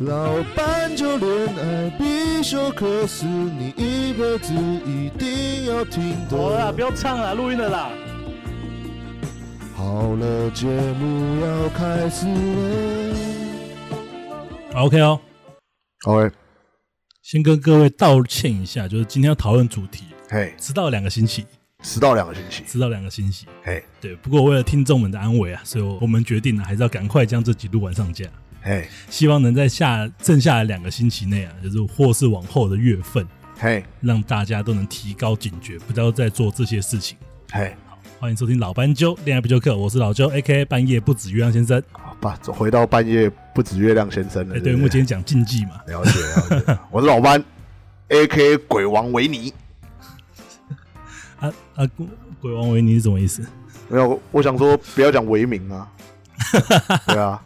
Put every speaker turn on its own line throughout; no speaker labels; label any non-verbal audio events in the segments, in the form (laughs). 老板就恋爱必修课是你一辈子一定要听
好了啦，
的
不。要唱了，录音了啦。
好了，节目要开始了。
OK 哦，
好诶，
先跟各位道歉一下，就是今天要讨论主题，
嘿，
迟到两个星期，
迟到两个星期，
迟到两个星期。
嘿，
对，不过为了听众们的安危啊，所以我们决定呢、还是要赶快将这集录完上架，
嘿，
希望能在下剩下的两个星期内啊，就是或是往后的月份，
嘿，
让大家都能提高警觉，不要再做这些事情。
嘿，
欢迎收听老斑鸠恋爱必修课，我是老鸠，A.K.A 半夜不止月亮先生。
好吧，回到半夜不止月亮先生了。
哎，对，我
不
们今天讲禁忌嘛，
了解了解，我是老班，A K 鬼王维尼。
啊啊，鬼鬼王维尼是什么意思？ (laughs)
没有，我想说不要讲维民啊，对啊，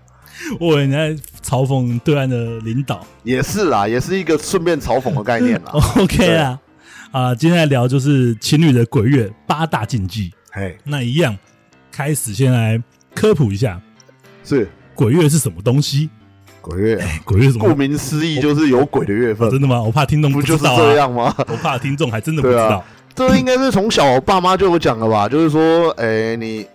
我以为你在嘲讽对岸的领导。
也是啦，也是一个顺便嘲讽的概念啦。
(laughs) OK
对
啊，啊，今天来聊就是情侣的鬼月八大禁忌。
嘿，
那一样，开始先来科普一下
是
鬼月是什么东西。
鬼月啊，
鬼月是什
(laughs) 顾
么？
名思义就是有鬼的月份，
真的吗？我怕听众
不
知
就是
道啊，
这
(laughs)
样吗？
我怕听众还真的不知道。
这应该是从小爸妈就有讲了吧，就是说，哎、你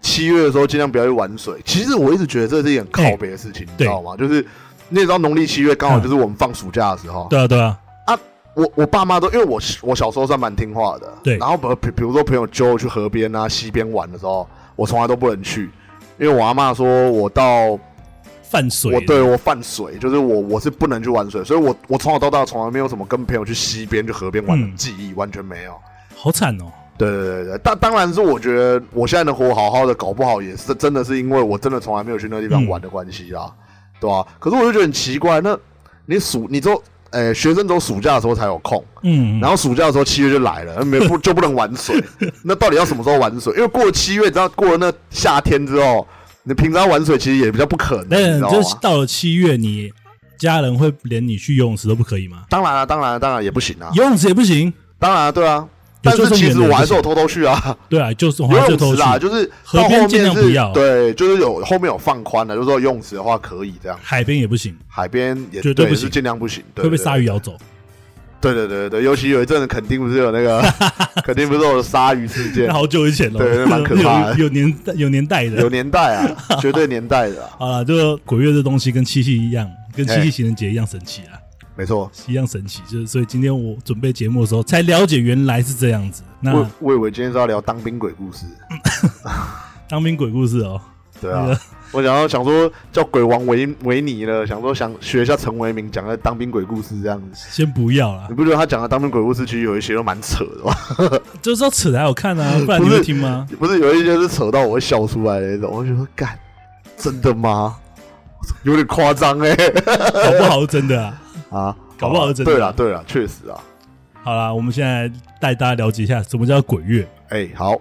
七月的时候尽量不要去玩水。其实我一直觉得这是一件靠北的事情，你知道吗？就是你也知道农历七月
嗯
刚好就是我们放暑假的时候，
对啊，对啊，
我我爸妈都因为我我小时候算蛮听话的，
对
然后比比如说朋友揪我去河边啊、溪边玩的时候，我从来都不能去，因为我阿妈说我到
犯水
我对我犯水，就是我我是不能去玩水，所以我我从小到大从来没有什么跟朋友去溪边、去河边玩的
嗯
记忆，完全没有。
好惨哦。
对对对对，但当然是我觉得我现在能活好好的，搞不好也是真的是因为我真的从来没有去那个地方
嗯
玩的关系啦，对吧、可是我就觉得很奇怪，那你暑你只有呃学生只有暑假的时候才有空，
嗯，
然后暑假的时候七月就
(laughs)
来了，没不就不能玩水，那到底要什么时候玩水？因为过了七月，只要过了那夏天之后，你平常玩水其实也比较不可能，你
但
知道
就是
吗？
到了七月，你家人会连你去游泳池都不可以吗？
当然啊，当然、啊，当然也不行啊，
游泳池也不行。
当然、啊、对啊。
有
但是
救生
其
员
实
的
我
也
还
不
是有偷偷去啊，
对啊，就是我
游
还是
泳
偷
池
去。
啊，就是
河
到后
边
面
尽量
是
不要
对，就是有后面有放宽啊了，就是说游泳池的话可以这样，
海边也不行，
海边也
绝对不
也
行
是尽量不行，对
会被
对
鲨鱼咬走。
对对对对，尤其有一阵子肯定不是有
(laughs)
那个，肯定不是有鲨鱼事件
那，好久以前了，
对
(laughs)
那蛮可怕的
有有年代有年
(laughs)
代
有
的。
年代啊，绝对年代的啊、
好了，就鬼月这东西跟七夕一样，跟七
哎
夕情人节一样神奇啊，
没错。
一样神奇。就是所以今天我准备节目的时候才了解原来是这样子。
我
那
我以为今天是要聊当兵鬼故事，
嗯当兵鬼故事哦，
对啊，我想要想说叫鬼王维维尼了，想说想学一下陈为民讲的当兵鬼故事这样子。
先不要啦
你，不觉得他讲的当兵鬼故事其实有一些都蛮扯的吗？ (laughs)
就是要扯来好看 (laughs) 啊，不然你
不
会
是
听吗？
不是有一些是扯到我会笑出来的那种，我就说干，真的吗？有点夸
(laughs)
张哎
搞不好是真的 (laughs) 啊。
啊，
搞不好是真的
对啦对啦，确实啊，
好啦，我们现在带大家了解一下什么叫鬼月。
哎、好，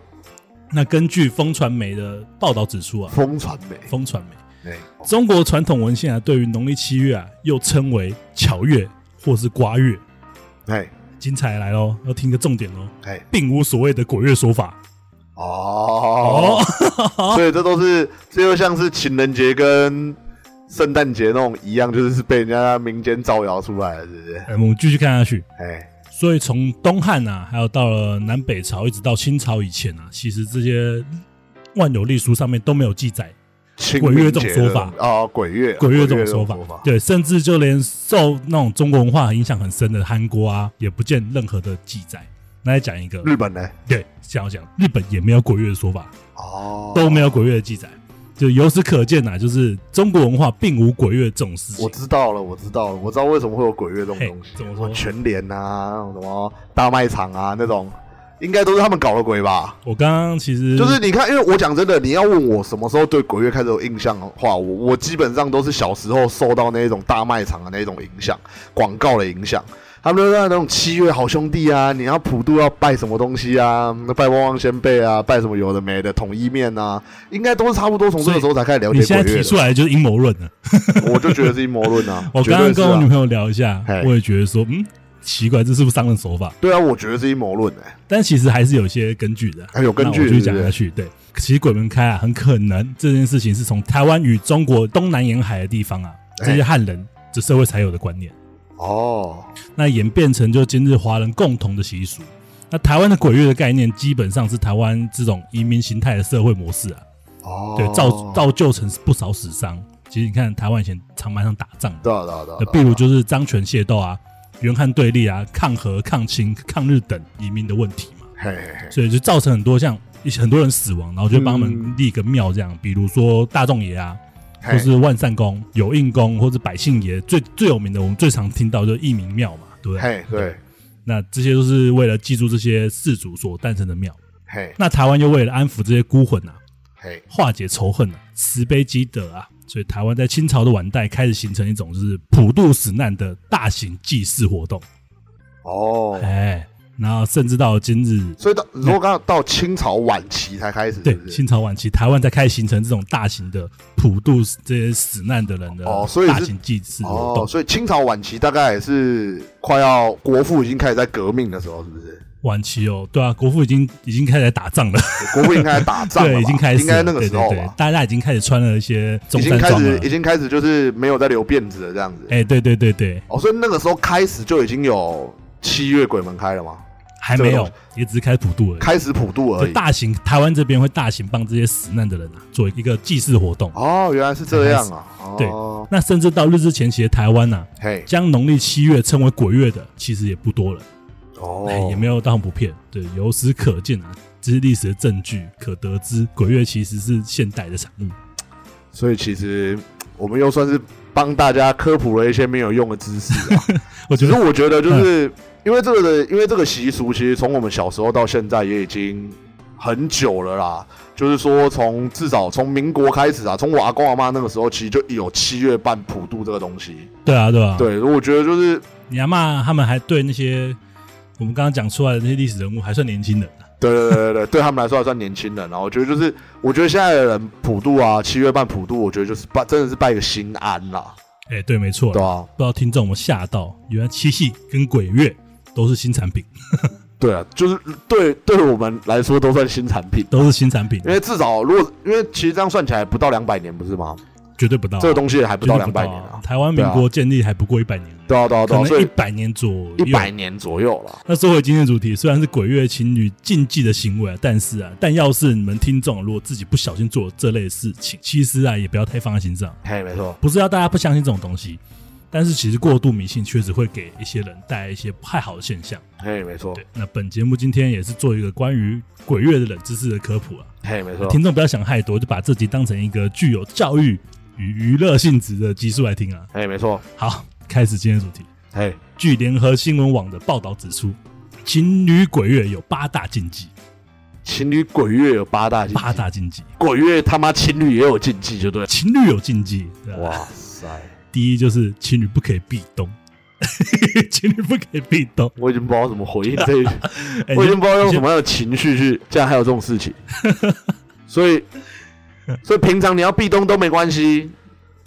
那根据风传媒的报道指出啊， (laughs)
风传媒，
风传媒
哎、
中国传统文献啊，对于农历七月啊，又称为巧月或是瓜月。
哎
精彩来喽，要听个重点喽，
哎
并无所谓的鬼月说法
哦，所以这都是这就像是情人节跟圣诞节那种一样，就是被人家民间造谣出来的，是不是？
(laughs) 哎我们继续看下去。
哎、
所以从东汉啊，还有到了南北朝，一直到清朝以前啊，其实这些万有历书上面都没有记载
清
鬼月
明
这种
节
说
的
法
哦，鬼月啊，
鬼月这种
种
说法
法，。
对，甚至就连受那种中国文化影响很深的韩国啊，也不见任何的记载。那再讲一个，
日本呢？
对，想要讲日本也没有鬼月的说法，
哦，
都没有鬼月的记载。就由此可见啊，就是中国文化并无鬼月这种事
我
情。
知道了，我知道了，我知道为什么会有鬼月这种
嘿
东西，
怎么说
全联啊，那种什么大卖场啊那种，应该都是他们搞的鬼吧？
我刚刚其实
就是你看，因为我讲真的，你要问我什么时候对鬼月开始有印象的话，我我基本上都是小时候受到那种大卖场的那种影响，广告的影响。他们都在那种七月好兄弟啊，你要普渡要拜什么东西啊，拜旺旺仙贝啊，拜什么有的没的统一面啊，应该都是差不多从这个时候才开始了
你
解
现
鬼
在
月
提出
的。
来就是阴谋论啊了。，
我就觉得是阴谋论啊
我
绝
刚
对
刚
是
跟我
啊
女朋友聊一下
嘿，
我也觉得说，嗯，奇怪，这是不是商人手法？
对啊，我觉得是阴谋论哎，
但其实还是有一些根据的，
还有根据
那我继续
是不
讲
是
下去。对，其实鬼门开啊，很可能这件事情是从台湾与中国东南沿海的地方啊，
嘿
这些汉人这社会才有的观念，
哦，
那演变成就今日华人共同的习俗。那台湾的鬼月的概念，基本上是台湾这种移民形态的社会模式啊，
哦，
对，造造就成不少死伤。其实你看台湾以前常蛮上打仗的，
对啊，对啊，对啊，
呃，
对
比
啊
如就是张权械斗啊、元汉对立啊、抗荷、抗清、抗日等移民的问题嘛，
嘿嘿嘿，
所以就造成很多像一些很多人死亡，然后就帮他
嗯
们立个庙这样，比如说大众爷啊，
嘿
或是万善宫、有应宫，或者百姓爷，最最有名的我们最常听到就是义民庙嘛，对不对？
嘿对，
那这些都是为了记住这些氏族所诞生的庙。
嘿
那台湾又为了安抚这些孤魂啊，
嘿，
化解仇恨啊，慈悲积德啊，所以台湾在清朝的晚代开始形成一种就是普渡死难的大型祭祀活动，
哦，
哎，然后甚至到今日，
所以到如果刚好到清朝晚期才开始，
对
是不是
清朝晚期，台湾才开始形成这种大型的普渡这些死难的人的
哦所以是
大型祭祀活
哦，
动。
所以清朝晚期大概也是快要国父已经开始在革命的时候，是不是？
晚期哦，对啊，国父已经已经开始打仗了，
国父已经开始打仗了吧，
(laughs) 对，已经开始了，
应该那个时候
对对对
吧，，
大家已经开始穿了一些中
已经
山
开
装了
始，已经开始就是没有在留辫子了这样子。
哎，对对对对，
哦，所以那个时候开始就已经有七月鬼门开了吗？
还没
这个
有
东，
也只是开始普渡而已。
开始普渡而
就
已。
大型台湾这边会大型帮这些死难的人啊做一个祭祀活动。
哦，原来是这样啊。
对
哦，
那甚至到日治前夕的台湾呐、啊，
嘿，
将农历七月称为鬼月的，其实也不多了，哎
哦，
也没有到很普遍。对，由此可见啊，这是历史的证据，可得知鬼月其实是现代的产物。
所以其实我们又算是帮大家科普了一些没有用的知识啊。
我
只
觉
是
得，
我觉得就是因为这个的，因为这个习俗，其实从我们小时候到现在也已经很久了啦。就是说，从至少从民国开始啊，从我阿公阿妈那个时候，其实就有七月半普渡这个东西。
对啊，对啊，，
对，我觉得就是
你阿妈他们还对那些我们刚刚讲出来的那些历史人物还算年轻人、啊，
对 (laughs) 对对对对，对他们来说还算年轻人啊。我觉得就是，我觉得现在的人普渡啊，七月半普渡，我觉得就是拜，真的是拜个心安啦，
哎，对，没错
对
啦，
啊，
不知道听众有没有吓到，原来七夕跟鬼月都是新产品，
对啊，就是对对我们来说都算新产品，
都是新产品，
因为至少如果因为其实这样算起来不到两百年，不是吗？
绝对不到啊、
这个东西还不
绝对
到
不
两百
到
年
啊
啊！，
台湾民国建立还不过一百年，
对啊对啊对啊，
可
所
能一
以
百年左右。
一百。年左右了。
那说回今天的主题，虽然是鬼月情侣禁忌的行为啊，但是啊，但要是你们听众如果自己不小心做了这类事情，其实啊也不要太放在心上，
嘿，没错，
不是啊要大家不相信这种东西，但是其实过度迷信确实会给一些人带来一些不太好的现象。
嘿，没错
对，，那本节目今天也是做一个关于鬼月的冷知识的科普啊，
嘿，没错，
听众不要想太多，就把这集当成一个具有教育与娱乐性质的集数来听啊。
嘿，没错，
好，开始今天的主题。
嘿，
据联合新闻网的报道指出，情侣鬼月有八大禁忌，
情侣鬼月有八大禁忌，
八大禁忌，
鬼月他妈情侣也有禁忌，就对了。
情侣有禁忌。对吧
哇塞，
第一就是情侣不可以壁咚， (laughs) 情侣不可以壁咚。
我已经不知道怎么回应这一句， (laughs)
哎
我已经不知道用
你
什
就
么样的情绪去，竟然还有这种事情，所 (laughs) 以，所以平常你要壁咚都没关系，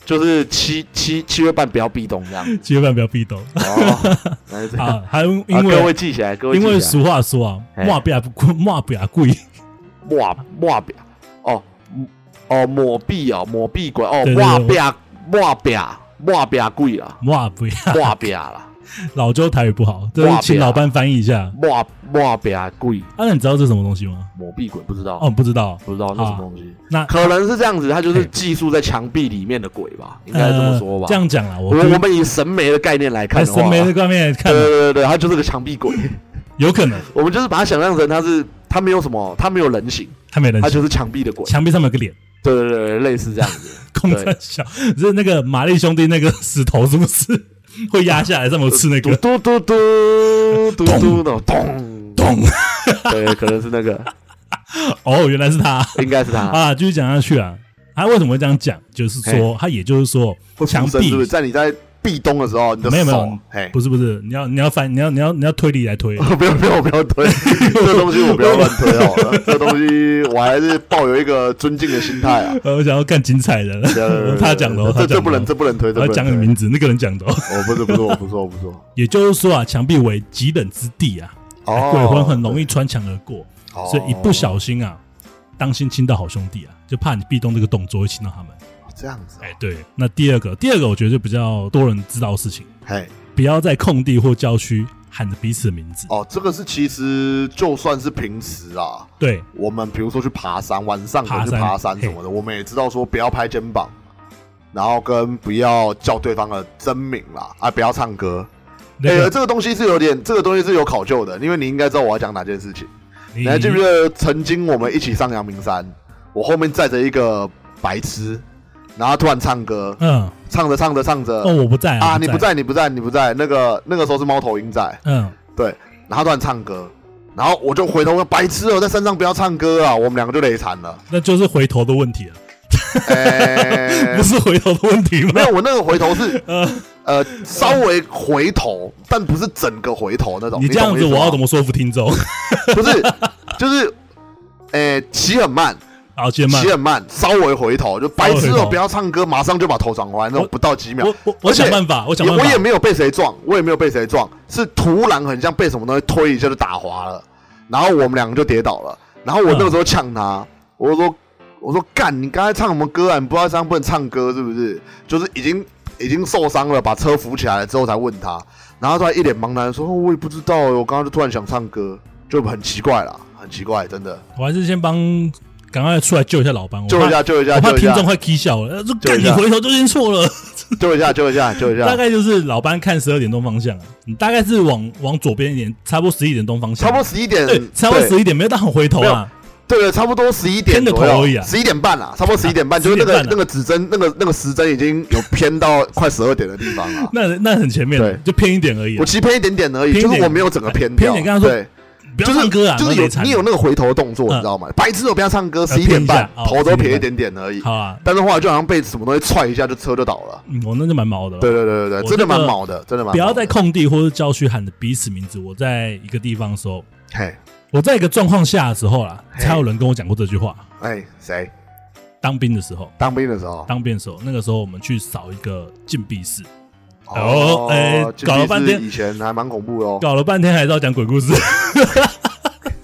就是七七七月半不要壁咚这样。
千万不要壁
(laughs)
咚
哦，原来是这样。
啊！还有因
啊各
为
位记起来，各位
因
记
为
起来
俗话说啊，
哎
骂不雅不骂不雅贵，
抹抹表哦嗯哦抹壁哦抹壁鬼哦
对对对
抹表抹表抹表贵啦
骂不雅
抹表啦
(laughs) 老周台语不好，这
哇
是请
不雅
老班翻译一下。
抹抹表贵
啊，那你知道这是什么东西吗？
抹壁鬼不知道
哦，不知道。
不知道那什么东西，
那
可能是这样子，它就是
嘿
寄宿在墙壁里面的鬼吧，应该这么说吧
呃。这样讲啦，我
我
估
我们以神媒的概念来看
在
的话，
审美这方面看
对，对对对，它就是个墙壁鬼。
有可能
我们就是把它想象成它是它没有什么，它没有人形，
他没人
它
性，
就是墙壁的鬼。
墙壁上面有个脸，
对对对，对类似这样子。
空在小，是那个玛丽兄弟那个石头是不是会压下来上面有刺那个
嘟嘟嘟嘟嘟的 (laughs) 咚，
咚？
对，可能是那个，
哦，原来是他
应该是他。
啊！继续讲下去啊，他为什么会这样讲？就是说，他也就是说，墙
出声
壁
是不是在你在壁咚的时候，你的
没有没
手
有，
嘿，。
不是不是，你要你要翻，你要你要你要推理来推
(laughs) 不要不要不
(laughs)
要推，这东西我不要乱推哦，这东西我还是抱有一个尊敬的心态啊。
呃，我想要干精彩的
对对对，对
(laughs) 他讲的哦，他
这这
讲
不
的
能这
哦，
不能推，这
他
不能
讲你
推
名字，那个人讲的哦。
我不是不是我不是我不是我
也就是说啊，墙壁为极冷之地啊，
哦，
鬼魂很容易穿墙而过。
哦，
所以一不小心啊，当心亲到好兄弟啊，就怕你壁咚这个动作会亲到他们。
这样子、哦
哎、，对。那第二个，第二个我觉得就比较多人知道的事情，
嘿，
不要在空地或郊区喊着彼此的名字。
哦，这个是其实就算是平时啊，
对，
我们比如说去爬山，晚上可能去
爬
爬
山
山什么的，我们也知道说不要拍肩膀，然后跟不要叫对方的真名啦，啊，不要唱歌。
那
哎、
个、
这个东西是有点，这个东西是有考究的，因为你应该知道我要讲哪件事情。
你
你还记不记得曾经我们一起上阳明山，我后面载着一个白痴，然后他突然唱歌，
嗯，
唱着唱着唱着，
哦，我不在
啊，你不，在，你不在，你不在，那个那个时候是猫头鹰在，
嗯，
对，然后他突然唱歌，然后我就回头说白痴哦，在山上不要唱歌啊，我们两个就累惨
(laughs)
了。
那就是回头的问题了，(laughs)
哎
不是回头的问题吗？
没有，我那个回头是
(laughs) 呃，
呃稍微回头，但不是整个回头那种。
你这样
懂
子，
意思
我
吗
要怎么说服听众？ (laughs)
不是，就是，哎，骑很慢，
好，先慢
骑。很慢，稍微回头就白
稍
痴
微回
哦
头，
不要唱歌，马上就把头转回来，那
我
种不到几秒
我。我我
而且
想办法，我想
也
办
我也
法。
没有被谁撞，我也没有被谁撞，是突然很像被什么东西推一下就打滑了，然后我们两个就跌倒了，然后我那个时候呛他，我就说我说干，你刚才唱什么歌啊？你不知道这样不能唱歌是不是？就是已经已经受伤了，把车扶起来了之后才问他，然后他一脸茫然说、哦我也不知道，我刚刚就突然想唱歌，就很奇怪啦，很奇怪，真的 (laughs)
我还是先帮，赶快出来救一下老班。我
救一
怕，
下救一下
我怕
救一
听
下
众快 k 笑了，说
救
干
一
你
下
回头就先错了。
救一下救一下
(laughs)
救一
大
下，
概就是老班看十二点钟方向啊，你大概是往往左边一点，差不多十一点钟方向。
差不多嗯十一点，
对，差不多
对
十一点，没有到很回头
没有
啊。
对，差不多十一点
偏的
左
头而已
右
啊，
十一点半啦，差不多十一点半，
11
就是那
半
个
啊
那个指针，那个那个时针已经有偏到快十二点的地方了。
那那很前面了，
对
就偏一点而已啊
我。其实偏一点点而已，
偏一
就
点
是我没有整个偏掉。
偏一点跟他说
对，
不要
就是
唱歌啊，
就是
那
有
得惨
你有那个回头动作，
嗯
你知道吗？白痴，我不要唱歌，
偏
十
一
一点半
下哦
头都
11
撇一
点
点点而已。
好啊，
但是后来就好像被什么东西踹一下，就车就倒了。
嗯，我那就蛮毛的了。
对对对对
我
对，真的蛮
这个
毛的，真的蛮毛的。
不要在空地或者郊区喊着彼此名字。我在一个地方的时候，
嘿，
我在一个状况下的时候啦，
嘿
才有人跟我讲过这句话。
哎，谁
当兵的时候，
当兵的时候？
当兵的时候，那个时候我们去扫一个禁闭室，哦
哦，
哎
禁
搞了
闭
半
室
天
以前还蛮恐怖的哦。
搞了半天还是要讲鬼故事，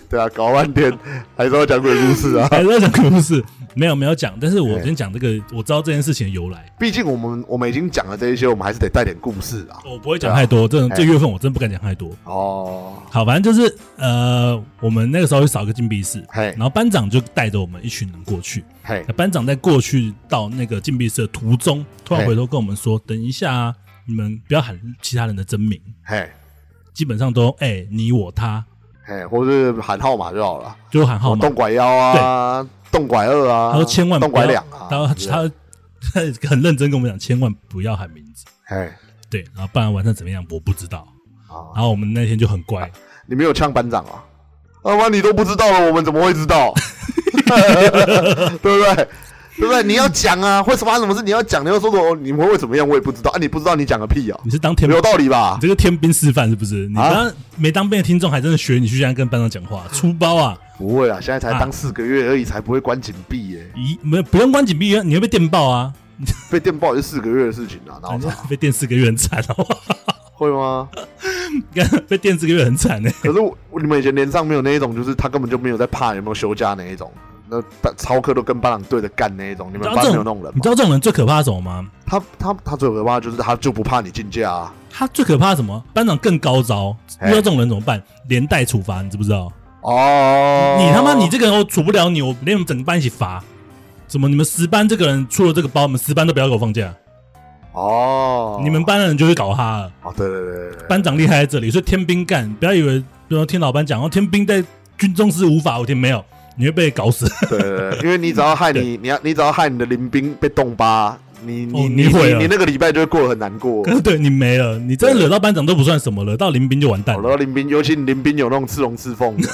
对啊，搞了半天还是要讲鬼故事 (laughs) 啊。
还是要讲鬼故事。没有没有讲，但是我
嘿
先讲这个，我知道这件事情的由来。
毕竟我们我们已经讲了这一些，我们还是得带点故事啊。
我哦不会讲太多，这
嘿
这月份我真不敢讲太多。
哦，
好，反正就是呃，我们那个时候去扫个禁闭室，
嘿
然后班长就带着我们一群人过去。
嘿
那，班长在过去到那个禁闭室的途中，突然回头跟我们说：“等一下、啊，你们不要喊其他人的真名，
嘿，
基本上都哎、你我他，
嘿，或是喊号码就好了，
就喊号码
动。拐幺啊，动拐二啊，
他说千万
动
不要
拐两啊，
他
是不是
他他 (laughs) 很认真跟我们讲，千万不要喊名字。
嘿
对，然后不然晚上怎么样我不知道。
啊，
然后我们那天就很乖，
你没有呛班长啊？要不然你都不知道了，我们怎么会
(laughs)
知道？对不对？对不对？你要讲啊，会什么发生什么事？你要讲，你要说说，你们会怎么样？我也不知道啊，你不知道你讲个屁啊，
你是当天
有道理吧
你？这个天兵示范是不是？你
啊
当没当兵的听众还真的学你去这样跟班长讲话，粗包啊！
不会啊，现在才
啊
当四个月而已，才不会关紧闭耶，
咦，没有不用关紧闭，你会被电爆啊！
被电爆也是四个月的事情啊，然后
被电四个月很惨，好不好？ (laughs)
会吗？
被电四个月很惨欸呢、
可是我你们以前连上没有那一种，就是他根本就没有在怕有没有休假那一种，那班超课都跟班长对着干那一种，
你
你们
知道
班
这
没
种
有那种人
你
吗？
知道这种人最可怕是什么吗？
他他他最可怕的就是他就不怕你竞价啊！
他最可怕是什么？班长更高招，遇
哎
到这种人怎么办？连带处罚，你知不知道？
哦，
你他妈你这个人我处不了你，我连我们整个班一起罚。什么？你们十班这个人出了这个包，我们十班都不要给我放假。
哦，
你们班的人就去搞他了。
哦，对对对对对，
班长厉害在这里，所以天兵干，不要以为，比如说听老班讲，哦，天兵在军中是无法无天，没有，你会被搞死。 (laughs)
对对对，因为你只要害你你要你只要害你的林兵被冻巴，你
哦
你
你毁
你
了
你那个礼拜就会过得很难过。
对你没了，你真的
对
惹到班长都不算什么，惹到林兵就完蛋
好
了。
了，哦林兵，尤其林兵有那种刺龙刺
(laughs)
凤的，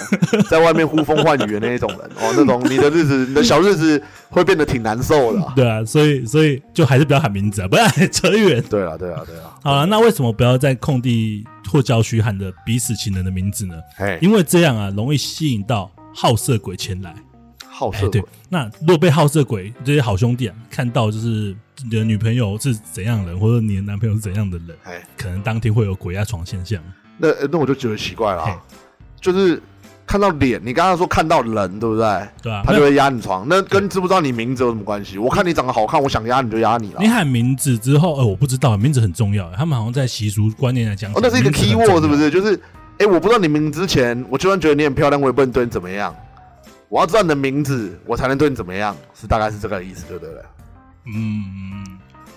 在外面呼风唤雨的那一种人，哦，那种你的日子，你的小日子会变得挺难受的啊、
对啊，所以所以就还是不要喊名字啊， (laughs) 不然扯远。
对啊，对啊，对啊。
好了，那为什么不要在空地或郊区喊着彼此情人的名字呢？
哎，
因为这样啊，容易吸引到好色鬼前来。
好
哎、
色鬼
对，那如果被好色鬼这些好兄弟啊看到，就是你的女朋友是怎样的人，或者你的男朋友是怎样的人，
哎，
可能当天会有鬼压床现象。
那呃那我就觉得奇怪了
嘿
啊，就是看到脸，你刚刚说看到人，对不对？
对啊，
他就会压你床，那跟知不知道你名字有什么关系？我看你长得好看，我想压你就压你了
你。喊名字之后，呃，我不知道名字很重要，他们好像在习俗观念来讲，
哦，那是一个
名字很
key
重要
word 是不？是？就是，哎，我不知道你名字之前，我就算觉得你很漂亮，我也不能对你怎么样。我要知道你的名字，我才能对你怎么样，是大概是这个意思，对不对？
嗯，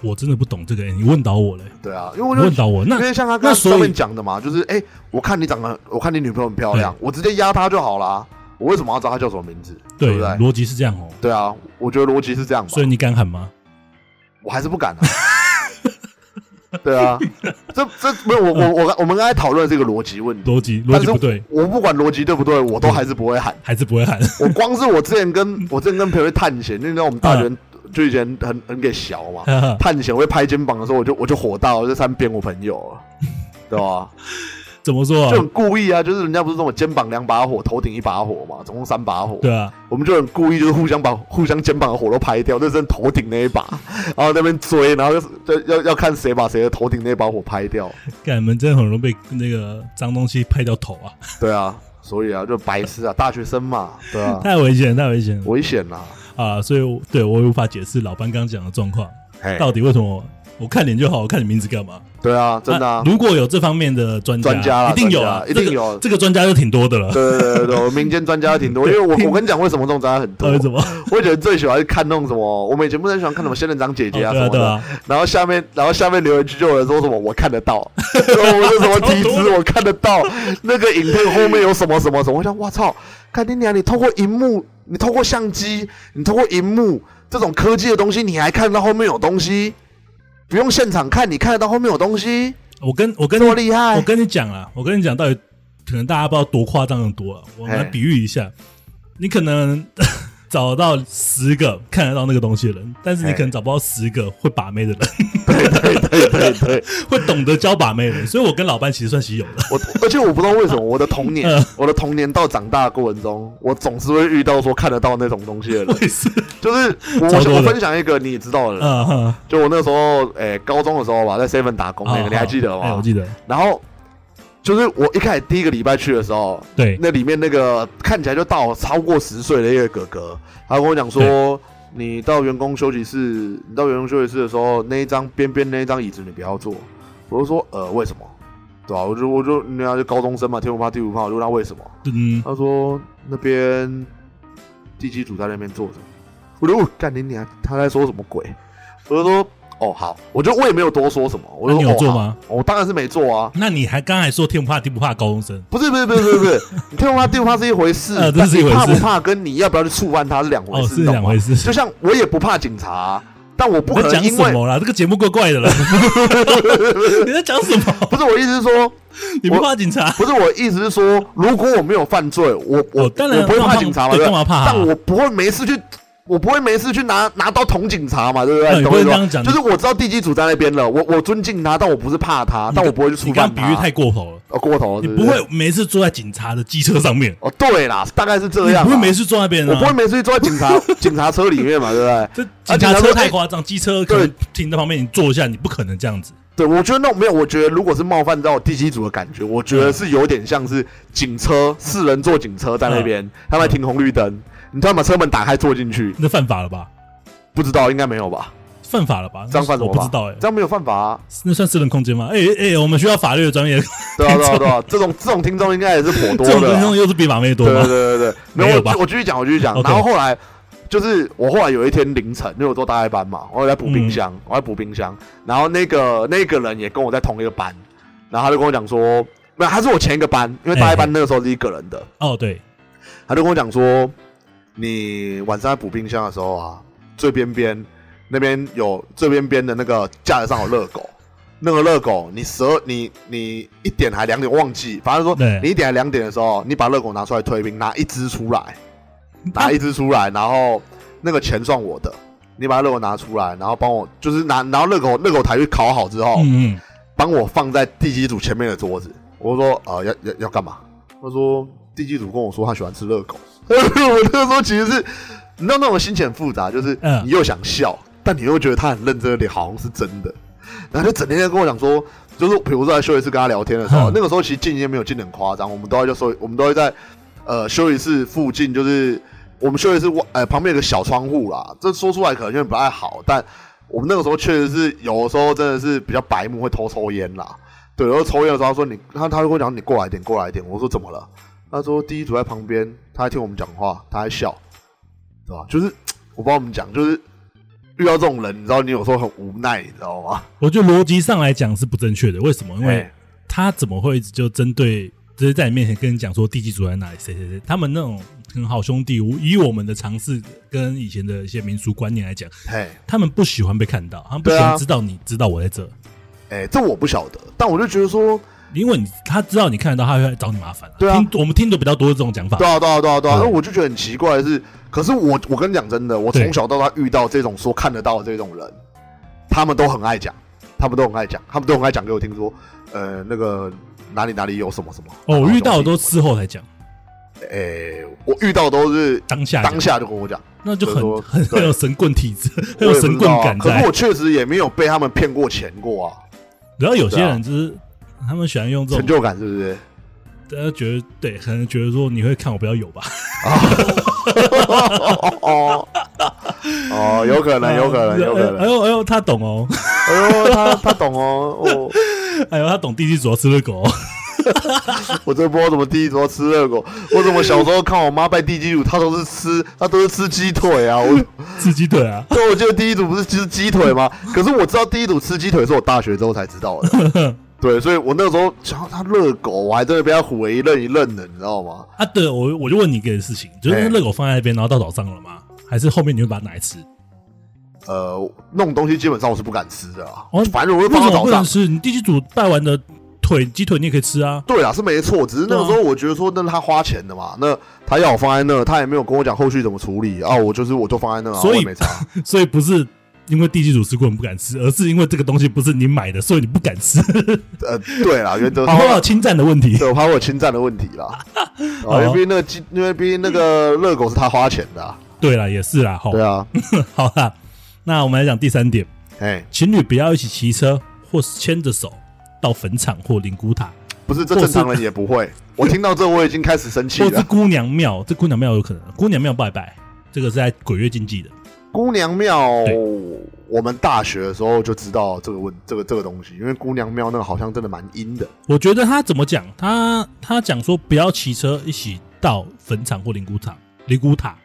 我真的不懂这个，欸你问倒我了，
对啊，因为我
你
就
问倒我，那
因为像他
那
刚
所以
上面讲的嘛，就是哎、我看你长得，我看你女朋友很漂亮，我直接压她就好啦。我为什么要知道她叫什么名字？对
对
不对？
逻辑是这样哦，
对啊，我觉得逻辑是这样吧，
所以你敢喊吗？
我还是不敢啊。
(laughs)
对啊，这这没有我我我我们刚才讨论这个逻辑问题，
逻辑嗯逻
但
辑
是
不对，
我不管逻辑对不对，我都还是不会喊。
还是不会喊。
(laughs) 我光是我之前跟我之前跟朋友去探险，那你知道我们大学就以前很很给小嘛，
嗯
探险会拍肩膀的时候，我就我就火到我就三边我朋友了，对吧？
(laughs) 怎么说
就
啊
很？故意啊，就是人家不是说我肩膀两把火，头顶一把火嘛，总共三把火。
对啊，
我们就很故意，就是互相把互相肩膀的火都拍掉，就剩头顶那一把，然后在那边追，然后就是就要要看谁把谁的头顶那把火拍掉。
干你们真的很容易被那个脏东西拍掉头啊，
对啊，所以啊，就白痴啊，大学生嘛，
(laughs)
对啊，
太危险，太危险了
危险呐、啊。
啊！所以我对我也无法解释老班刚讲的状况，
嘿，
到底为什么我我看脸就好，我看你名字干嘛？
对啊，真的啊，
如果有这方面的专
专家啦
一定有啊，
专家一定
这个
有
这个专家就挺多的了。
对对对对对，我民间专家挺多，因为我我跟你讲，为什么这种专家很
到
多
底？怎么？
我以前最喜欢看那种什么，我们以前不是很喜欢看什么仙人掌姐姐啊
哦
什
对啊
么
对
的，
啊，
然后下面，然后下面留言区就有人说什么我看得到，我说什么体
超
质
多
我看得到，那个影片后面有什么什么什么，我想我操，看你娘，你透过荧幕，你透过相机，你透过荧幕这种科技的东西，你还看得到后面有东西，不用现场看，你看得到后面有东西，
我跟我跟
这么厉害
我，跟你讲啊，我跟你讲，到底可能大家不知道多夸张的多、啊，我们来
嘿
比喻一下，你可能找到十个看得到那个东西的人，但是你
嘿
可能找不到十个会把妹的人， (laughs)
对对对对对，
会懂得教把妹的人，所以我跟老班其实算稀有的。
我而且我不知道为什么我的童年
嗯，
我的童年到长大的过程中，我总是会遇到说看得到那种东西的人，
我也是，
就是我
超多的
我分享一个你也知道的人。
啊哈，
就我那时候，诶、高中的时候吧，在 Seven 打工那个，
哦
你还记得
哎，
吗
我？记得，
然后就是我一开始第一个礼拜去的时候，
对，
那里面那个看起来就大我超过十岁的一个哥哥，他跟我讲说，你到员工休息室，你到员工休息室的时候，那一张边边那一张椅子你不要坐。我就说，呃，为什么？对吧、我就我就人家就高中生嘛，天不怕地不怕，我就问他为什么。
嗯，
他说那边地基组在那边坐着，我就哦干你娘，他在说什么鬼？我就说哦好，我就我也没有多说什么，我
那
就
你
说
有做？
哦好
吗？
我当然是没做啊，
那你还刚才说天不怕地不怕高中生，
不是不是不是不是不是，
(laughs)
你听不怕地不怕是一回事，
呃这
但
是一回事
怕不怕跟你要不要去触犯他是两回
哦，
事，
是
你懂
两
吗
回事。
就像我也不怕警察、但我不
你
可
在
能
讲
因
什
为
么啦？这个节目怪怪
(laughs)
的了。你在讲什么？
不是我意思是说，
你不怕警察？
不是我意思是说，如果我没有犯罪，我我、
哦当然
我不会
干
怕
嘛
警察嘛，
对
对不对
干嘛怕啊
但我不会没事去，我不会没事去拿拿刀捅警察嘛，对不
那
对？
啊你
你
不能
懂我意思
这
吗
样讲
就是我知道地基组在那边了，我我尊敬他，但我不是怕他，但我不会去触啊
你刚刚
犯
比喻
他
太。过头了。
哦，过头了
你
是
不
是
会每次坐在警察的机车上面，
哦，对啦，大概是这
你
样啦。
不会每次坐那边
我不会
啊。
每次坐在警
(laughs)
察警察车里面嘛，对不对？
这警察
啊警察
车
说
太
哎
夸张，机车可能停在旁边，你坐一下，你不可能这样子。
对，我觉得那种没有，我觉得如果是冒犯到地基组的感觉，我觉得是有点像是警车，四人坐警车在那
嗯
边，他们还停红绿灯，你突然把车门打开坐进去，
那犯法了吧？
不知道，应该没有吧？
犯法了吧？
这样犯什
我
么
不
法？
知道哎
这，样没有犯法啊！
那算私人空间吗？哎哎，我们需要法律的专业，
对啊，对啊，对
(laughs)
啊！这种这种听众应该也是颇多
这种
的
东
啊。
西又是比马妹多
对对
吗？
对
(laughs)
对对，
没有
有
吧
我我继续讲，我继续讲。
OK
然后后来就是我后来有一天凌晨，因为我做大夜班嘛，我在补冰箱，
嗯
我在补冰箱。然后那个那个人也跟我在同一个班，然后他就跟我讲说，没有，他是我前一个班，因为大
哎
夜班那个时候是一个人的，
哦，对，
他就跟我讲说，你晚上在补冰箱的时候啊，最边边那边有最边边的那个架子上有热狗， (laughs) 那个热狗你十二你你一点还两点忘记，反正说
对
你一点还两点的时候，你把热狗拿出来推冰，拿一只出来，拿一只出来，然后那个钱算我的。你把热狗拿出来，然后帮我就是拿，然后热狗热狗台去烤好之后，
嗯嗯，
帮我放在地基组前面的桌子。我说呃要要要干嘛？他说地基组跟我说他喜欢吃热狗。 (laughs) 我那个时候其实是，你知道那种心情很复杂，就是
嗯
你又想笑，但你又觉得他很认真的脸好像是真的，然后就整天在跟我讲说，就是比如说在休息室跟他聊天的时候，
嗯
那个时候其实进也没有进得很夸张，我们都在就说我们都会在。呃休息室附近，就是我们休息室外呃旁边有个小窗户啦。这说出来可能有点不太好，但我们那个时候确实是有的时候真的是比较白目，会偷抽烟啦。对，然后抽烟的时候他说你，他他就跟我讲你过来一点，过来一点。我说怎么了？他说第一组在旁边，他还听我们讲话，他还笑，对吧？就是我帮我们讲，就是遇到这种人，你知道你有时候很无奈，你知道吗？
我觉得逻辑上来讲是不正确的，为什么？因为
哎
他怎么会就针对直接在你面前跟你讲说地基组在哪里，谁谁谁，他们那种很好兄弟，我以我们的尝试跟以前的一些民俗观念来讲，
嘿，
他们不喜欢被看到，他们不喜
对啊
欢知道你知道我在这，
哎，这我不晓得，但我就觉得说，
因为你他知道你看得到，他会来找你麻烦、
对啊
听我们听的比较多这种讲法
对，啊，对啊，对啊，对啊。
对
那我就觉得很奇怪的是，可是我我跟你讲真的，我
对
从小到大遇到这种说看得到的这种人，他们都很爱讲，他们都很爱讲，他们都很爱讲给我听说，呃，那个哪里哪里有什么什么。
哦，我遇到的
然后
都
有
事后才讲，
什么，哎、我遇到都是
当下讲
当下就跟我讲，
那就
就是说
很很
对啊
很有神棍体质，很有
我也不
神
知
棍
道啊
感
可
在
是我。确实也没有被他们骗过钱过啊，
然后有些
对啊
人就是、他们喜欢用这
成
种，
就感是不是？
大家觉得对，可能觉得说你会看我比较
(laughs)
有吧，
哦哦哦，有可能，有可能，有
(laughs)
可
哎
能。
呦哎呦，他懂哦， (laughs)
哎呦，他他懂哦，哦。
哎呦，他懂地基主要吃热狗、 (laughs) 哦。
我真不知道怎么第一桌吃热狗，我怎么小时候看我妈拜地基主，她都是吃，她都是吃鸡腿
(laughs)
啊。我，，
吃鸡腿啊
对，我记得第一组不是吃鸡腿吗？可是我知道第一组吃鸡腿是我大学之后才知道的。
(laughs)
对，所以我那时候想到他热狗，我还真的被他唬了一愣一愣的，你知道吗？
啊，对我我就问你一个事情，
哎
就是那热狗放在那边，然后到早上了吗？还是后面你会把它拿来吃？
呃，那种东西基本上我是不敢吃的啊
哦，
反正我会
为
放
什么
到早
不能
上。
吃？你地基主拜完的腿鸡腿你也可以吃啊。
对啊，是没错，只是那个时候我觉得说，那是他花钱的嘛，那他要我放在那，他也没有跟我讲后续怎么处理啊，我就是我就放在那啊，
所以
我也没差。
所以不是因为地基主吃过你不敢吃，而是因为这个东西不是你买的，所以你不敢吃， (laughs)
呃，对啦，原则
怕
上
会有侵占的问题。
对，我怕我有侵占的问题啦。
(laughs) 好
哦，因为毕竟那个鸡，因为毕竟那个热狗是他花钱的啊、
对啦，也是啦，好
对，啊，
好啦。那我们来讲第三点，
哎，
情侣不要一起骑车或是牵着手到坟场或灵骨塔，
不是这正常人也
(laughs)
不会。我听到这我已经开始生气
或是
了。
姑娘庙。这姑娘庙有可能，姑娘庙拜拜，这个是在鬼月禁忌的。
姑娘庙
对，
我们大学的时候就知道这个问这个这个东西，因为姑娘庙那个好像真的蛮阴的。
我觉得他怎么讲，他他讲说不要骑车一起到坟场或灵骨塔，灵骨塔。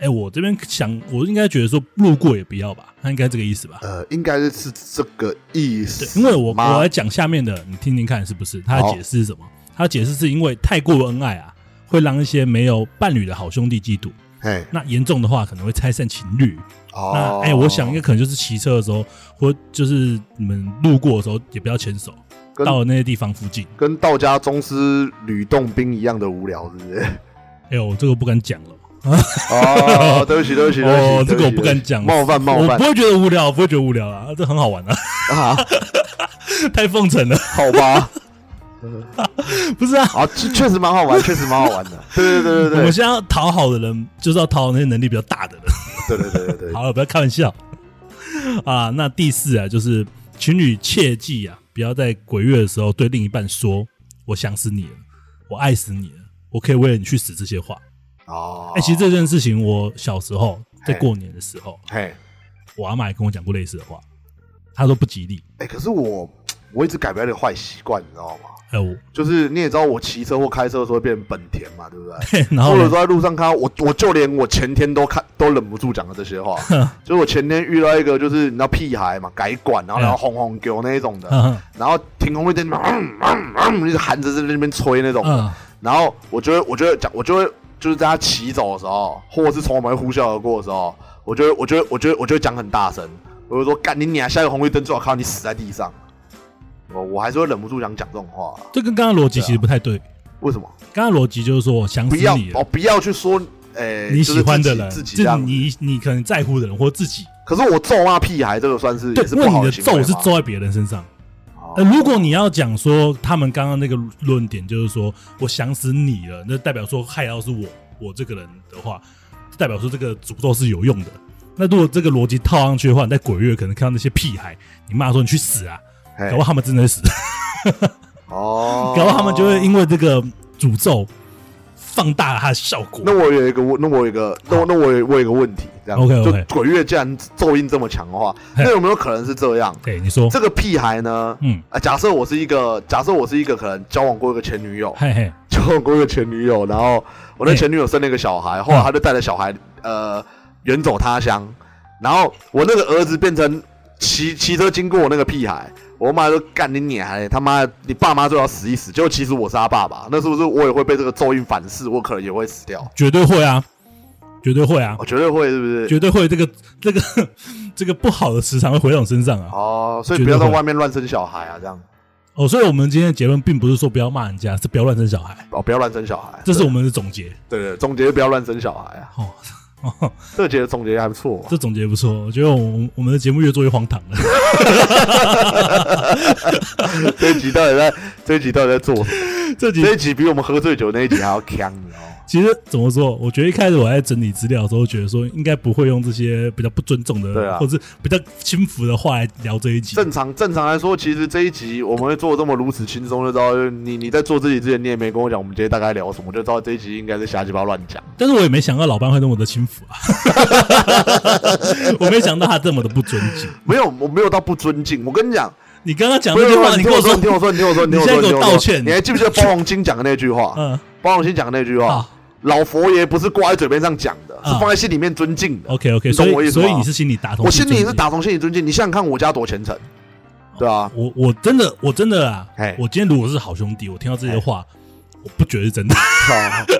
哎、我这边想，我应该觉得说路过也不要吧，他应该这个意思吧？
呃，应该是是这个意
对，
(laughs) 思
因
吗。
为我我来讲下面的，你听听看是不是？他的解释是什么？他的解释是因为太过恩爱啊，会让一些没有伴侣的好兄弟嫉妒。
哎
那严重的话，可能会拆散情侣。那
哦，
哎、我想应该可能就是骑车的时候，或就是你们路过的时候，也不要牵手。
跟
到那些地方附近，
跟道家宗师吕洞宾一样的无聊，是不是？
哎呦，这个不敢讲了。 (laughs)
哦，对不起，对不起，对不起，
哦，这个
对
我
不起
不敢讲，
冒犯冒
我
犯
不会觉得无聊，我不会觉得无聊啊，这很好玩啊， (laughs)
啊，
太奉承了，
好吧。
不是啊？
啊，确确实蛮
(laughs)
好玩，确实蛮好玩的。对对对
我
对
们现在要讨好的人，就是要讨好那些能力比较大的人。
对对对对对对。
好了，不要开玩笑啊。那第四啊，就是情侣切记啊，不要在鬼月的时候对另一半说“我想死你了，我爱死你了，我可以为了你去死”这些话。
哦，
哎、其实这件事情，我小时候在过年的时候，
嘿，
我阿妈也跟我讲过类似的话，她说不吉利。
哎，可是我我一直改不了这个坏习惯，你知道吗？
哎、我 (laughs)
就是你也知道，我骑车或开车的时候会变成本田嘛，对不对？
(laughs) 然后
或者
呢
说在路上看到我，我就连我前天都看都忍不住讲了这
(laughs)
些话。就是我前天遇到一个，就是你知道屁孩嘛，改管，然后然后轰轰丢那一种的，
嗯
然后停红绿灯，嗯嗯嗯，一直含着在那边吹那种的。
嗯，
然后我就会，我就会讲，我就会就是在他骑走的时候，或者是从我们呼啸而过的时候，我就会，我就会，我就会，我就会讲很大声，我就说干你娘！下一个红绿灯最好看到你死在地上。我我还是会忍不住想讲这种话，
这跟刚刚逻辑其实不太对。
为什么？
刚刚逻辑就是说，我想
不
死
要
你
哦，
了，
不要去说，哎诶、
你
就是
喜欢
自
的
己
人，
自己这
就是
样。
你你可能在乎的人或自己，
可是我咒骂屁孩，这个算是
对
也，是
因
不
为
好
你的
行为
咒是
嘛
咒在别人身上。
哦
呃，如果你要讲说他们刚刚那个论点，就是说我想死你了，那代表说害到是我我这个人的话，代表说这个诅咒是有用的。那如果这个逻辑套上去的话，你在鬼月可能看到那些屁孩，你骂说你去死啊，
嘿
搞不好他们真的会死，
哦，
搞不好他们就会因为这个诅咒放大了它的效果。
那我有一个问，那我有一个，那我那我有我有一个问题，这样
OK，OK
就鬼月既然咒印这么强的话，
嘿
那有没有可能是这样？
对你说，
这个屁孩呢？
嗯，
啊，假设我是一个，假设我是一个可能交往过一个前女友，
嘿嘿，
交往过一个前女友，然后我那
嘿
前女友生了一个小孩，后来他就带着小孩呃远走他乡，然后我那个儿子变成骑骑车经过我那个屁孩，我妈就干你娘嘞，他妈你爸妈就要死一死，结果其实我是他爸爸，那是不是我也会被这个咒印反噬，我可能也会死掉？
绝对会啊，绝对会啊
我、，绝对会，是不是？
绝对会。这个 (laughs) 这个这个不好的磁场会回到我身上啊。
哦，所以
绝
不
对
要在
会
外面乱生小孩啊，这样
哦，所以我们今天的结论并不是说不要骂人家，是不要乱生小孩，
哦，不要乱生小孩。
这是我们的总结。
对对，对总结就不要乱生小孩啊。
哦。哦， (laughs)
这个节的总结还不错、
这总结不错，我觉得我们我们的节目越做越荒唐了。
(laughs) 这一集到底在 (laughs) 这一集到底在做什么？
这集
这一集比我们喝醉酒那一集还要强，你知道哦吗？
其实怎么说？我觉得一开始我在整理资料的时候，觉得说应该不会用这些比较不尊重的，
对啊
或者是比较轻浮的话来聊这一集。
正常正常来说，其实这一集我们会做这么如此轻松，就知道你你在做这集之前，你也没跟我讲我们今天大概聊什么，我就知道这一集应该是瞎鸡巴乱讲。
但是我也没想到老班会那么的轻浮
(laughs)
啊，我没想到他这么的不尊敬。
没有，我没有到不尊敬。我跟你讲，
你刚刚讲
不
那
是
句
不
话，
是
你
啊你
跟
听我
我说
说，你，听我说，你听我说，你听我
你现在
说，
给我
听说
道歉
你还记不记得包容心讲的那句话？
嗯
包容心讲的那句话
啊，
老佛爷不是挂在嘴边上讲的，是
啊
放在心里面尊敬的。
，OK OK，
你
所
懂我
以
意思吗
所以你是心里打通，
我哦心里是，打从心里尊敬。你想想看，我家多虔诚，对啊，
我我真的我真的啊
嘿，
我今天如果是好兄弟，我听到这些话，我不觉得是真的。
(laughs)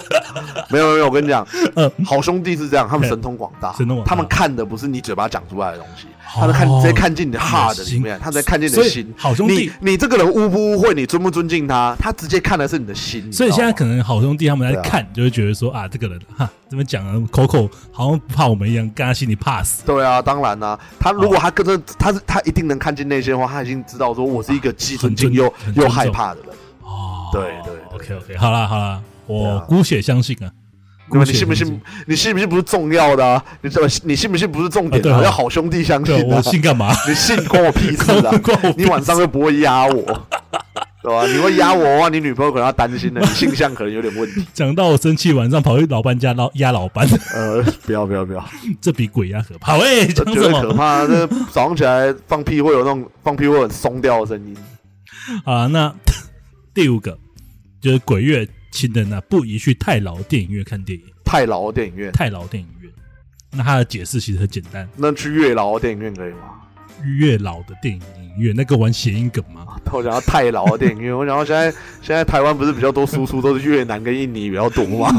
没有没有没有，我跟你讲，
嗯
好兄弟是这样，他们
嘿
神通广大，
(laughs) 神通广大
他们看的不是你嘴巴讲出来的东西，他们看直接看进你的
他们
heart
的
里
心
面，他直接看进你
所
的
以
心。
好兄弟
你你这个人污不污秽，你尊不尊敬他，他直接看的是你的心。
(laughs) 所以现在可
能
能好兄弟他们在
对啊
看，就会觉得说啊，这个人哈，怎么讲啊，口口好像不怕我们一样，跟他心里怕死。
对啊，当然啦、他
哦
如果他跟着他是他一定能看进内心的话，他已经知道说我是一个既尊敬
很
又
尊
又
很尊重
害怕的人。
哦，
对对对
，OK OK，好啦好啦，
对
我
啊
姑且相信啊，
那
姑
么你
且
信不
相
信？你信不信不是重要的啊？你怎么你信不信不是重点
啊对啊
要好兄弟相信
对，
啊
我。信干嘛？ (laughs)
你信关我屁事啊！
关我屁
你晚上又不会压我，对吧、你会压我的话，你女朋友可能要担心了，你性向可能有点问题。
讲到我生气，晚上跑去老班家捞压老班，
呃，不要不要不要，
(laughs) 这比鬼压可怕。喂，
这
讲
绝
什
对可
么？
怕。这早上起来放屁会有那种放屁会有很松掉的声音。
啊，那 (laughs) 第五个就是鬼月情人啊，不宜去太老电影院看电影，
太老的电影院，
太老电影院。那它的解释其实很简单，
那去月老的电影院可以吗？
越老的电影院，那个玩谐音梗吗？ (laughs)
我想要太老的电影院，我想要现在现在台湾不是比较多输出都是越南跟印尼比较多吗？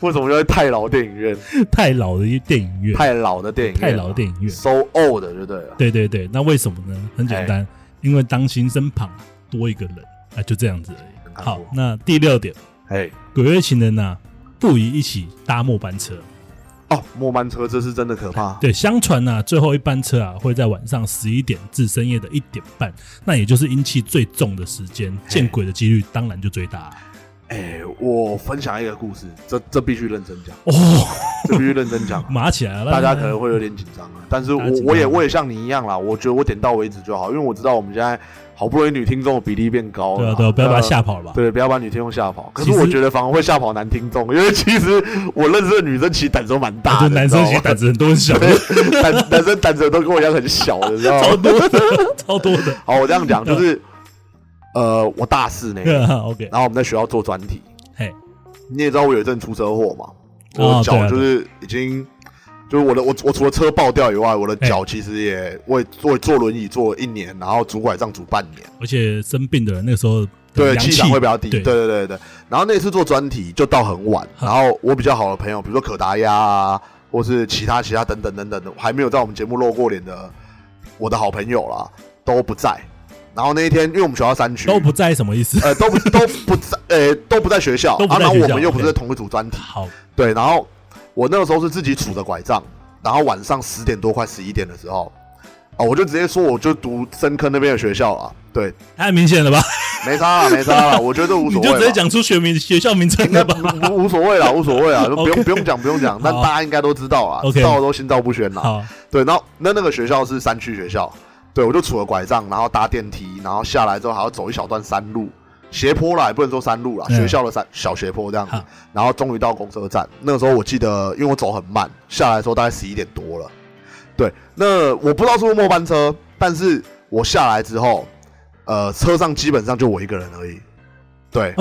为什么叫太老电影院？
太老的电影院，
太老的电影院，啊
太老的电影院。
，so old 就对了。
对对对，那为什么呢？很简单，因为当心身旁多一个人啊，就这样子而已。
看过
好，那第六点，
哎，
鬼月情人呐、不宜一起搭末班车。
哦，末班车这是真的可怕。
对，相传呐、最后一班车啊会在晚上十一点至深夜的一点半，那也就是阴气最重的时间，见鬼的几率当然就最大、
哎、我分享一个故事，这这必须认真
(laughs)
讲，
哦，。
这必须认真讲
(laughs)
啊
麻起来了，
大家可能会有点紧张啊，但是我
大家紧张
我也我也像你一样啦，我觉得我点到为止就好，因为我知道我们现在好不容易女听众的比例变高了，
对啊对啊，不要把他吓
呃
跑了吧。
对，不要把女听众吓跑。可是
其实
我觉得反而会吓跑男听众，因为其实我认识的女生其实胆子都蛮
(laughs)
大
就
的，
男生其实胆
子
子很多很小，
(laughs) 胆男生胆子都跟我一样很小的，你知
(laughs)
道
超
吗？
多的，超多的。
好，我这样
(laughs)
讲就是，呃，我大四那个，
啊 OK，
然后我们在学校做专题，
嘿，
你也知道我有一阵出车祸嘛，
哦
我
对
脚
啊
就是已经，就是我的我我除了车爆掉以外，我的
哎
脚其实也我也坐坐轮椅坐了一年，然后拄拐杖拄半年，
而且生病的人那个时候的
对，
阳
气
气
场会比较低，
对
对对对对。然后那次做专题就到很晚，然后我比较好的朋友，比如说可达鸭啊，或是其他其他等等等等的，还没有在我们节目露过脸的我的好朋友啦，都不在。然后那一天，因为我们学校山区
都不在什么意
(laughs)
思？
呃都不都不在呃都不在学校，
都不在
啊然后
学
我
校
们又不是
OK
在同一组专题，
好，
对，然后我那个时候是自己杵着拐杖，然后晚上十点多快十一点的时候，哦，我就直接说我就读深坑那边的学校了，对，
太明显了吧？
没差啊
(laughs)
了，没差了，我觉得无
你
所
就
谓
直接
啦。
讲出学名学校名称
应
了
该
吧？
不无无所谓啦，无所谓啊，
(laughs)
就不
OK
用不用讲，不用讲，但
好
大家应该都知道啦，
OK
知道的都心照不宣啦。
好，
对，然后那那个学校是山区学校，对我就杵着拐杖，然后搭电梯，然后下来之后还要走一小段山路，斜坡啦，也不能说山路啦，
嗯
学校的山小斜坡这样子
好。
然后终于到公车站，那个时候我记得，因为我走很慢，下来的时候大概十一点多了。对，那我不知道是不是末班车，但是我下来之后，呃，车上基本上就我一个人而已。对，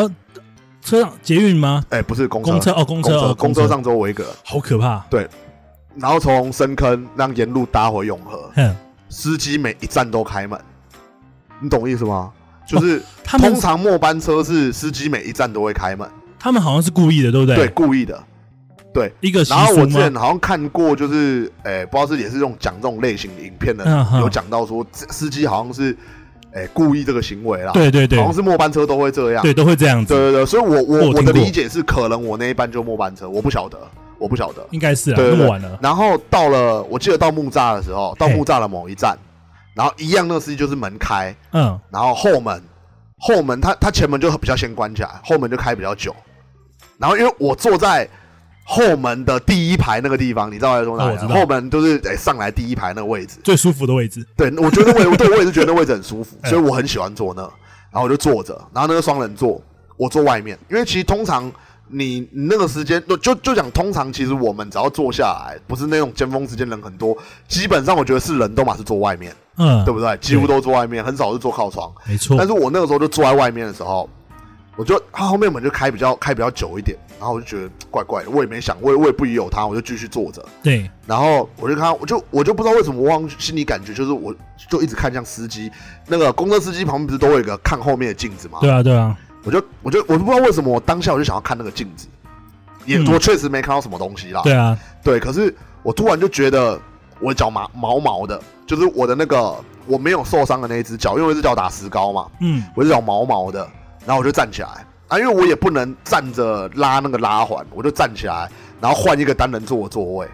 车上捷运吗？
哎、不是公车，
公车哦，公车哦，
公车上只有我一个人。
好可怕。
然后从深坑让沿路搭回永和，
哼，
司机每一站都开门，你懂意思吗？就是、
哦他们
通常末班车是司机每一站都会开门，
他们好像是故意的，对不对？
对，，故意的。
一个习
然后我
俗
之前
吗？
好像看过，就是诶、不知道是也是这种讲这种类型的影片的，
嗯哼
有讲到说这司机好像是诶、故意这个行为啦，
对对对
好像是末班车都会这样，
对，都会这样
对
子，
对对，所以我
我有
我我
听
的
过
理解是，可能我那一班就末班车，我不晓得，我不晓得。
应该是啊，
对对
那
对
么晚了，
然后到了，我记得到木栅的时候，到
嘿
木栅的某一站，然后一样，那个司机就是门开，
嗯，
然后后门，后门他他前门就比较先关起来，后门就开比较久。然后因为我坐在后门的第一排那个地方，你知道我在说哪
哦
里
我
吗、
知道
啊后门就是哎、上来第一排那个位置，
最舒服的位置，
对我觉得我也对我也是觉得那位置很舒服，
(laughs) 嗯
所以我很喜欢坐那。然后我就坐着，然后那个双人座，我坐外面，因为其实通常。你你那个时间，就就就讲，通常其实我们只要坐下来，不是那种尖峰时间人很多，基本上我觉得是人都嘛是坐外面，
嗯
对，不对？几乎都坐外面，很少是坐靠窗。
没错
但，是我那个时候就坐在外面的时候，我就他后面门就开比较开比较久一点，然后我就觉得怪怪的，我也没想，我也我也不疑有他，我就继续坐着。
对，
然后我就看他，我就我就不知道为什么，我往心里感觉就是我就一直看向司机，那个公车司机旁边不是都有一个看后面的镜子吗？
对啊，对啊，
我就我就我就不知道为什么，我当下我就想要看那个镜子，也、
嗯
我确实没看到什么东西啦。
对啊，
对，可是我突然就觉得我的脚麻毛毛的，就是我的那个我没有受伤的那一只脚，因为我一只脚打石膏嘛，
嗯，
我就脚毛毛的，然后我就站起来啊，因为我也不能站着拉那个拉环，我就站起来，然后换一个单人座的座位，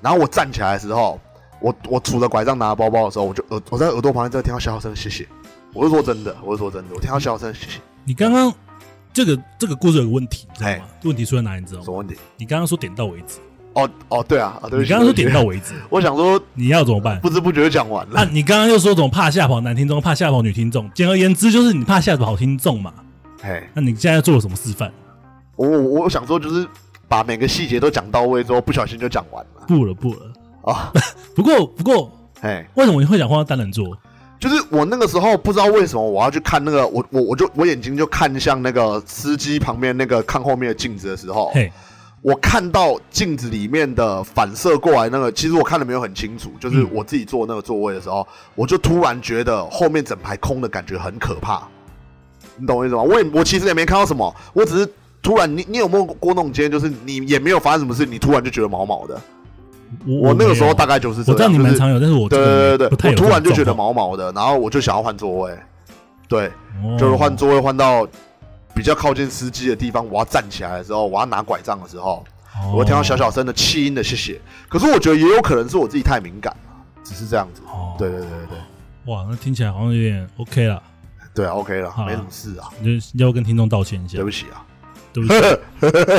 然后我站起来的时候，我我拄着拐杖拿包包的时候，我就耳我在耳朵旁边真的听到笑声，谢谢。我是说真的，我是说真的，我听到笑声，谢谢。
你刚刚这个这个故事有个问题，你知道
哎
吗？问题出在哪里？你知道
什
吗？
么问题？
你刚刚说点到为止，
哦哦，对啊，啊对不
你
起，
刚刚说
对
点
不起
到，为止，
我想说
你要怎么办？
不知不觉就讲完了
啊，。你刚刚又说怎么怕吓跑男听众，怕吓跑女听众。简而言之，就是你怕吓跑听众嘛。
哎，
那你现在做了什么示范？
我我我想说，就是把每个细节都讲到位之后，不小心就讲完了
不了不了。
(laughs) 啊。
不过不过，
哎，
为什么你会想换到单人座？
就是我那个时候不知道为什么我要去看那个，我我我就我眼睛就看向那个司机旁边那个看后面的镜子的时候，
嘿，
我看到镜子里面的反射过来那个，其实我看的没有很清楚，就是
嗯
我自己坐那个座位的时候，我就突然觉得后面整排空的感觉很可怕，你懂我意思吗？我也我其实也没看到什么，我只是突然，你你有没有过那种经验，就是你也没有发生什么事，你突然就觉得毛毛的？
我
我那个时候大
概
概就是
我
这
知道
样，
你
就
蛮
是
常有，但是我
对
这个
对对
不太
对，我
有
突然就
这
觉
种
得
状
毛毛的，然后我就想要换座位，对，
况，哦
就是换座位换到比较靠近司机的地方，我要站起来的时候，我要拿拐杖的时候，
哦
我听到小。小声的气音的谢谢。可是我觉得也有可能是我自己太敏感了，只是这样子。
哦
对对对对对，
哇，那听起来好像有点 OK 了。
对啊，OK 了
好，啊
没什么事啊，
你就要跟听众道歉一下
对，不起啊。 (laughs)
对不起，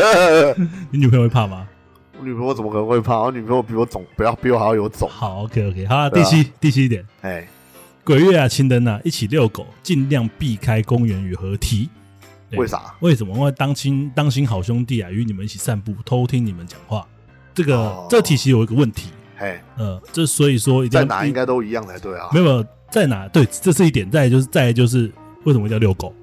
你女朋友会怕吗？
我女朋友怎么可能会怕？我女朋友比我肿，不要比我还要有肿。
好，OK OK，好啊，
对
第
啊
七第七点，
哎，
鬼月啊，青灯啊，一起遛狗，尽量避开公园与河堤。对
为啥？
为什么？因为当亲当心好兄弟啊，与你们一起散步，偷听你们讲话。这个、
哦
这题其实有一个问题，
哎，
呃，这所以说一定
在
要
哪应该都一样才对啊。
没有没有在哪？对，这是一点。再来就是再来就是为什么叫遛狗？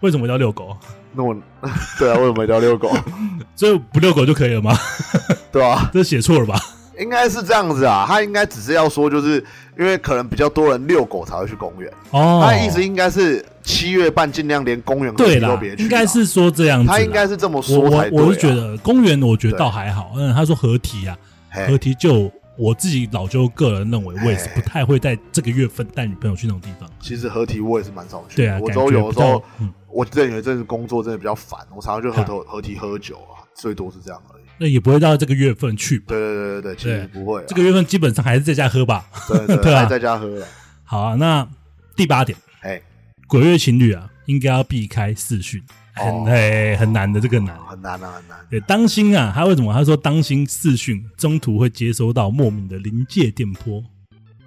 为什么叫遛狗？
那我， (laughs) 对啊，为什么一定要遛狗？ (laughs)
所以不遛狗就可以了吗？ (laughs)
对啊。
这写错了吧？
应该是这样子啊，他应该只是要说，就是因为可能比较多人遛狗才会去公园，
哦，
他的意思应该是七月半尽量连公园和
对
区都
啦
别，去啊，
应该是说这样子啦。
他应该是这么
我
说
我
才对、啊。
我是觉，得公园，我觉得
对
倒还好。嗯，他说合体啊，合
嘿，
体就我自己老就个人认为，我也是
哎
不太会在这个月份带女朋友去那种地方。
其实合体我也是蛮少去
对
的，
啊，
我
感
都
觉
有
不
的时候
到，嗯，
我之前有一阵子工作真的比较烦，我常常就合头合体喝酒啊，最多是这样而已。
那也不会到这个月份去吧？
对对对对对，其实不会、啊，
这个月份基本上还是在家喝吧。
对对
对啊
还在家喝了，
好啊，那第八点，
哎，
鬼月情侣啊，应该要避开视讯，很
哦
哎很难的，这个难。
很难啊，很难。
对，当心啊！他为什么？他说当心视讯中途会接收到莫名的临界电波，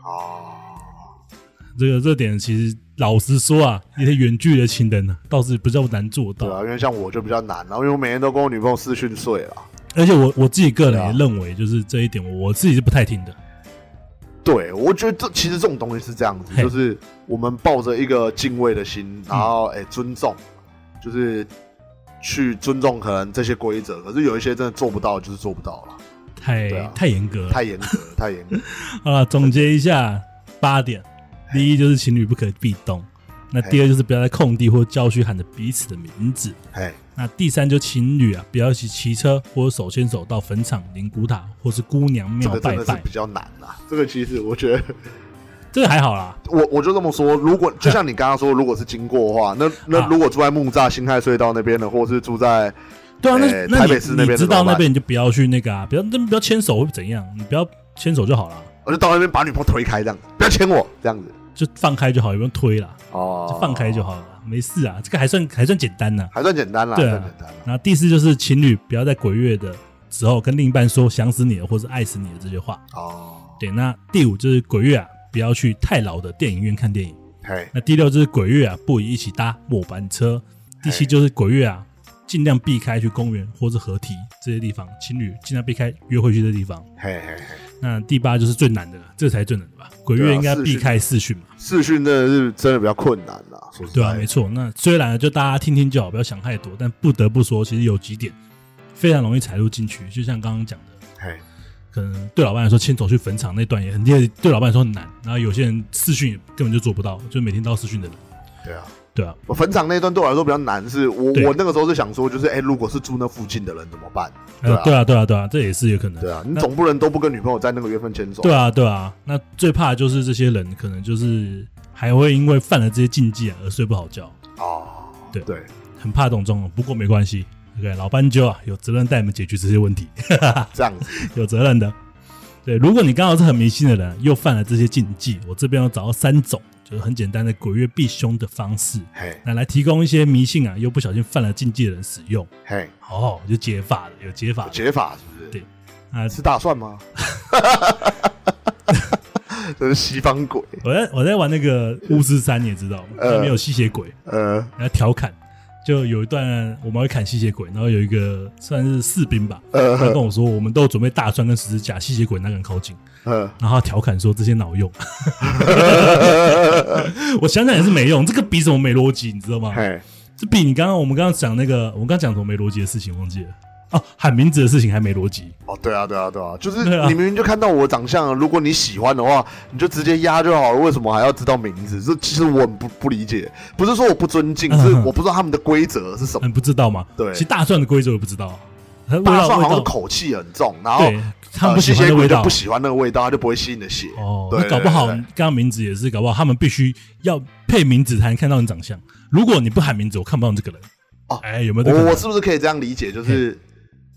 哦，
这个这点其实老实说啊，一些远距离的情人呢、倒是比较难做
对
到。
啊，因为像我就比较难啊，然后因为我每天都跟我女朋友视讯睡了。
而且我我自己个人
对啊
也认为，就是这一点我我自己是不太听的。
对，我觉得这其实这种东西是这样子，
嘿
就是我们抱着一个敬畏的心，然后哎、尊重，就是去尊重可能这些规则。可是有一些真的做不到，就是做不到了，
太、
对啊
太严格了
太严格了，太严
(laughs)
格了。
好了，总结一下八点：
哎
第一就是情侣不可避动；那
嘿
第二就是不要在空地或郊区喊着彼此的名字；
哎，
那第三就情侣啊，不要一起骑车或者手牵手到坟场、灵骨塔或是姑娘
这
庙
个
拜
真的是
拜
比。较难啦。这个其实我觉得，
这个还好啦，
我我就这么说，如果就像你刚刚说，如果是经过的话，那那
啊
如果住在木栅新泰隧道那边的，或是住在
对啊，那、
哎
那
台
你
北市那边
你知
怎么
道那
办
边你就不要去那个啊，不要那不要牵手会怎样？你不要牵手就好啦，
呃我就到那边把女朋友推开，这样不要牵我，这样子
就放开就好，也不用推啦，
哦，
就放开就，好了啦，没事啊，这个还算还算简单呐、
还算简单啦，还
对啊
算简单啦。
然后第四就是情侣不要在鬼月的时候跟另一半说想死你了或是爱死你了这些话。
哦，
对，那第五就是鬼月啊，不要去太老的电影院看电影。
嘿，
那第六就是鬼月啊，不宜一起搭末班车。第七
嘿
就是鬼月啊，尽量避开去公园或是河堤这些地方，情侣尽量避开约会去的地方。
嘿嘿嘿。
那第八就是最难的了，这才最难的吧？鬼
对
月
啊
应该
视
避
讯
开视讯嘛，
视讯真的是真的比较困难啦，说实
对啊，
在
没错。那虽然就大家听听就好，不要想太多，但不得不说，其实有几点非常容易踩入禁区，就像刚刚讲的，
嘿，
可能对老板来说，牵手去坟场那段也很，也对老板来说很难。然后有些人视讯也根本就做不到，就每天到视讯的人，
对啊，
对啊，
我坟场那一段对我来说比较难，是我
对
我那个时候是想说，就是哎、如果是住那附近的人怎么办？对
呃
啊，
对啊，对啊，对啊，这也是有可能
对。啊，你
那
总不能都不跟女朋友在那个月份牵手，
对啊，对啊，那最怕的就是这些人，可能就是还会因为犯了这些禁忌啊而睡不好觉，
哦，
对
对，
很怕这种状况。不过没关系，OK，老斑鸠啊，有责任带你们解决这些问题， (laughs)
这样子，
有责任的。对，如果你刚好是很迷信的人，又犯了这些禁忌，我这边要找到三种，就是很简单的鬼月避凶的方式，
嘿
那来提供一些迷信啊又不小心犯了禁忌的人使用。
嘿，
哦，就解法了，有解法
有
了
解法是不是？
对啊！
是大蒜
(laughs)
吗？这是西方鬼，
我在我在玩那个巫师三，你也知道，
呃
那边有吸血鬼，
呃，
然后调侃，就有一段我们会砍吸血鬼，然后有一个算是士兵吧，
呃
他跟我说我们都有准备大蒜跟十字架，吸血鬼哪敢靠近？
呃，
然后他调侃说这些脑
(laughs)
用，我想想也是没用，这个比什么没逻辑，你知道吗？
嘿，
这比你刚刚我们刚刚讲那个，我们刚刚讲什么没逻辑的事情忘记了哦，喊名字的事情还没逻辑，
哦，对啊，对啊，对啊，就是
对啊
你明明就看到我长相了，如果你喜欢的话，你就直接压就好了，为什么还要知道名字？这其实我很不不理解，不是说我不尊敬，
(laughs) 嗯
是我不知道他们的规则是什么。
嗯，不知道嘛？
对
其实大蒜的规则我 (laughs) 不知道，它味
大
道
蒜
味
好像
道，
口气很重，然后
对，他们
呃
不喜
吸
欢
血
的
鬼
味
就
道
不。喜欢那个味道，他就不会吸你的血。
哦，
对
那搞不好
对对
刚刚名字也是，搞不好他们必须要配名字才能看到你长相。如果你不喊名字，我看不到你这个人。
哦
哎，有没有这
我
个可
我
能？
是不是可以这样理解？就是 (laughs)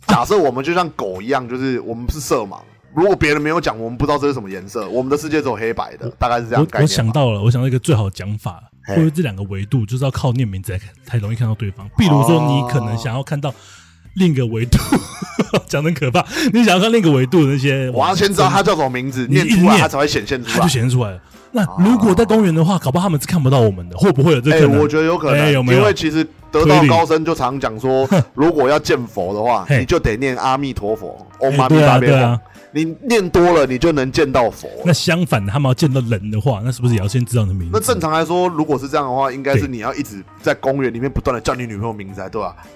假设我们就像狗一样，就是我们是色盲，如果别人没有讲，我们不知道这是什么颜色，我们的世界只有黑白的，大概是这样的
我
概
我
念吧。
想到了，我想到一个最好的讲法，
嘿
或者这两个维度就是要靠念名字才才容易看到对方。比如说，你可能想要看到另一个维度， (laughs) 讲的可怕。你想要看另一个维度的那些，
我要先知道他叫什么名字，
你一
念
直
出来
念
他才会显现出
它
来
就。显现出来了。那如果在公园的话，搞不好他们是看不到我们的，会不会有这
(laughs) 哎、
可能？
我觉得有可能，
哎有没有
因为其实得道高僧就常讲说，如果要见佛的话，
嘿
你就得念阿弥陀佛，唵
哎
嘛咪
对
叭
啊，
咪
对
吽
啊。。
你念多了，你就能见到佛了。
那相反的，他们要见到人的话，那是不是也要先知道你的名字？
那正常来说，如果是这样的话，应该是
对
你要一直在公园里面不断的叫你女朋友名字才对吧、对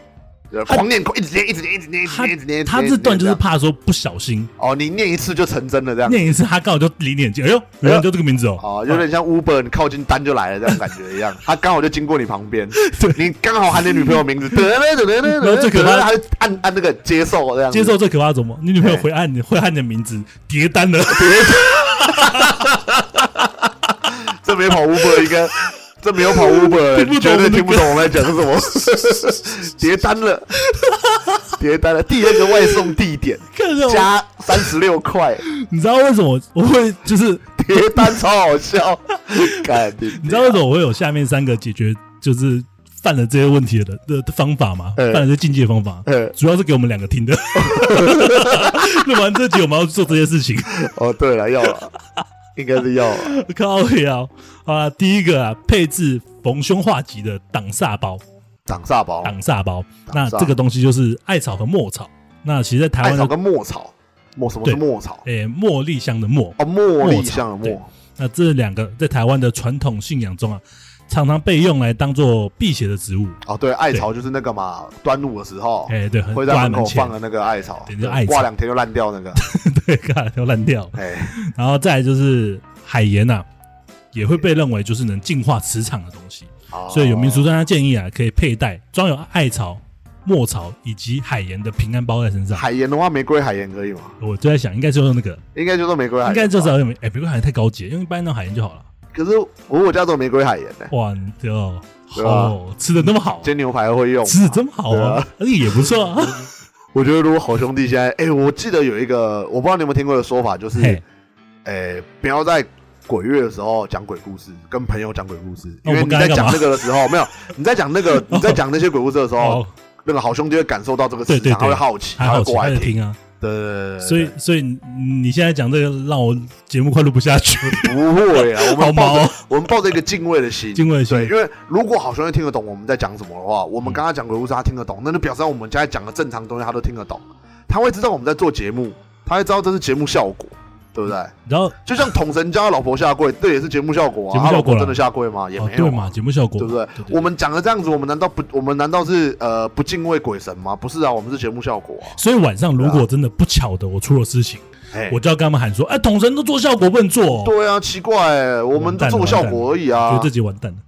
他
狂念，一直念，一直念，一直念，一直
他
念，一直念。
他
一
这
直念
段就是
样
怕说不小心
哦，你念一次就成真了这样。
念一次，他刚好就离你很近，哎呦，原来就这个名字哦，
哦，有点像 Uber，你靠近单就来了这种感觉一
(laughs)
样。他刚好就经过你旁边，你刚好喊你女朋
(laughs)
友名字，得了得了得
然
了，
后最可怕
他就按按那个接受这样子。
接受最可怕的怎么？你女朋友回按你会按你的名字，哎叠单了，
这没跑 Uber
(laughs)
应该，这没有跑 Uber，
听不懂
绝对听不
我们的歌
懂我们在讲什
(laughs)
么。叠单了，叠单了。第二个外送地
(laughs)
点
(laughs) 看着我，
加三十六块，
你知道为什么我会就是
叠单超好笑。 (laughs) 干你
你知道为什
(laughs)
么我会有下面三个解决就是犯了这些问题的的的方法吗？
嗯
犯了这境界方法
嗯，
主要是给我们两个 (laughs) 听的。录完这集我们要做这些事情，
哦，对了，要了。应该是要吧。
靠腰啊！第一个啊，配置逢凶化吉的挡煞包，
挡煞包，
挡煞包。那
挡煞
这个东西就是艾草和墨草。那其实，在台
艾
湾
草
的
跟墨草，墨什么是
对
墨草？
诶、茉莉香的茉，
哦，茉莉香
墨草
的墨，
那这两个在台湾的传统信仰中啊，常常被用来当做辟邪的植物。
哦，对，艾草就是那个嘛，端午的时候
哎、对，很
哦会在
挂
门
门
口
前
放，啊的那个艾草
对那个艾，草
挂两天就烂掉那个。
(laughs) 对，看都烂掉。
哎，
然后再来就是海盐呐、啊，也会被认为就是能净化磁场的东西。
哦
所以有民俗专家建议啊，可以佩戴装有艾草、墨草以及海盐的平安包在身上。
海盐的话，玫瑰海盐可以吗？
我就在想，应该就用那个，
应该就是玫瑰海盐
应
吧，
该就是要用哎，玫瑰海盐太高级了，用一般那种海盐就好了。
可是我我家只有玫瑰海盐呢，
哇，你就
对啊
哦，吃的那么好，
煎牛排会用。
吃的这么好
对
啊
啊，
而且也不错啊。
我觉得如果好兄弟现在，哎，我记得有一个，我不知道你有没有听过的说法，就是
嘿，
诶，不要在鬼月的时候讲鬼故事，跟朋友讲鬼故事，
那
因
我们
为你
刚才
在
干
讲
嘛
那个的时候，没有你在讲那
(laughs)
个你在讲那些鬼故事的时候
哦，，
那个好兄弟会感受到这个磁
对对
场，
对
他会好奇，
还
他
好
会
奇，
过
还
来
得
听。
听啊。
对对对对对，
所以，所以你你现在讲这个，让我节目快录不下去。
不会啊，
(laughs)
我
好
们抱
毛
着
哦
我们抱着一个敬畏的心，
敬畏的心
对，因为如果好兄弟听得懂我们在讲什么的话，我
嗯
们刚刚讲鬼故事他听得懂，那就表示我们现在讲的正常东西他都听得懂，他会知道我们在做节目，他会知道这是节目效果，对不对？
然后，
就像统神家的老婆下跪，这也是节目效果啊。
节目效果啦
他老婆真的下跪吗？也
哦
没有
对嘛，节目效果
对不对？
对对
我们讲的这样子，我们难道不我们难道是呃不敬畏鬼神吗？不是啊，我们是节目效果啊。
所以晚上如
对
果真的不巧的我出了事情，
哎
我就要跟他们喊说：“哎，统神都做效果，不能做、哦。”
对啊，奇怪、欸，我们就做效果而已
觉
啊
得。这集完蛋了。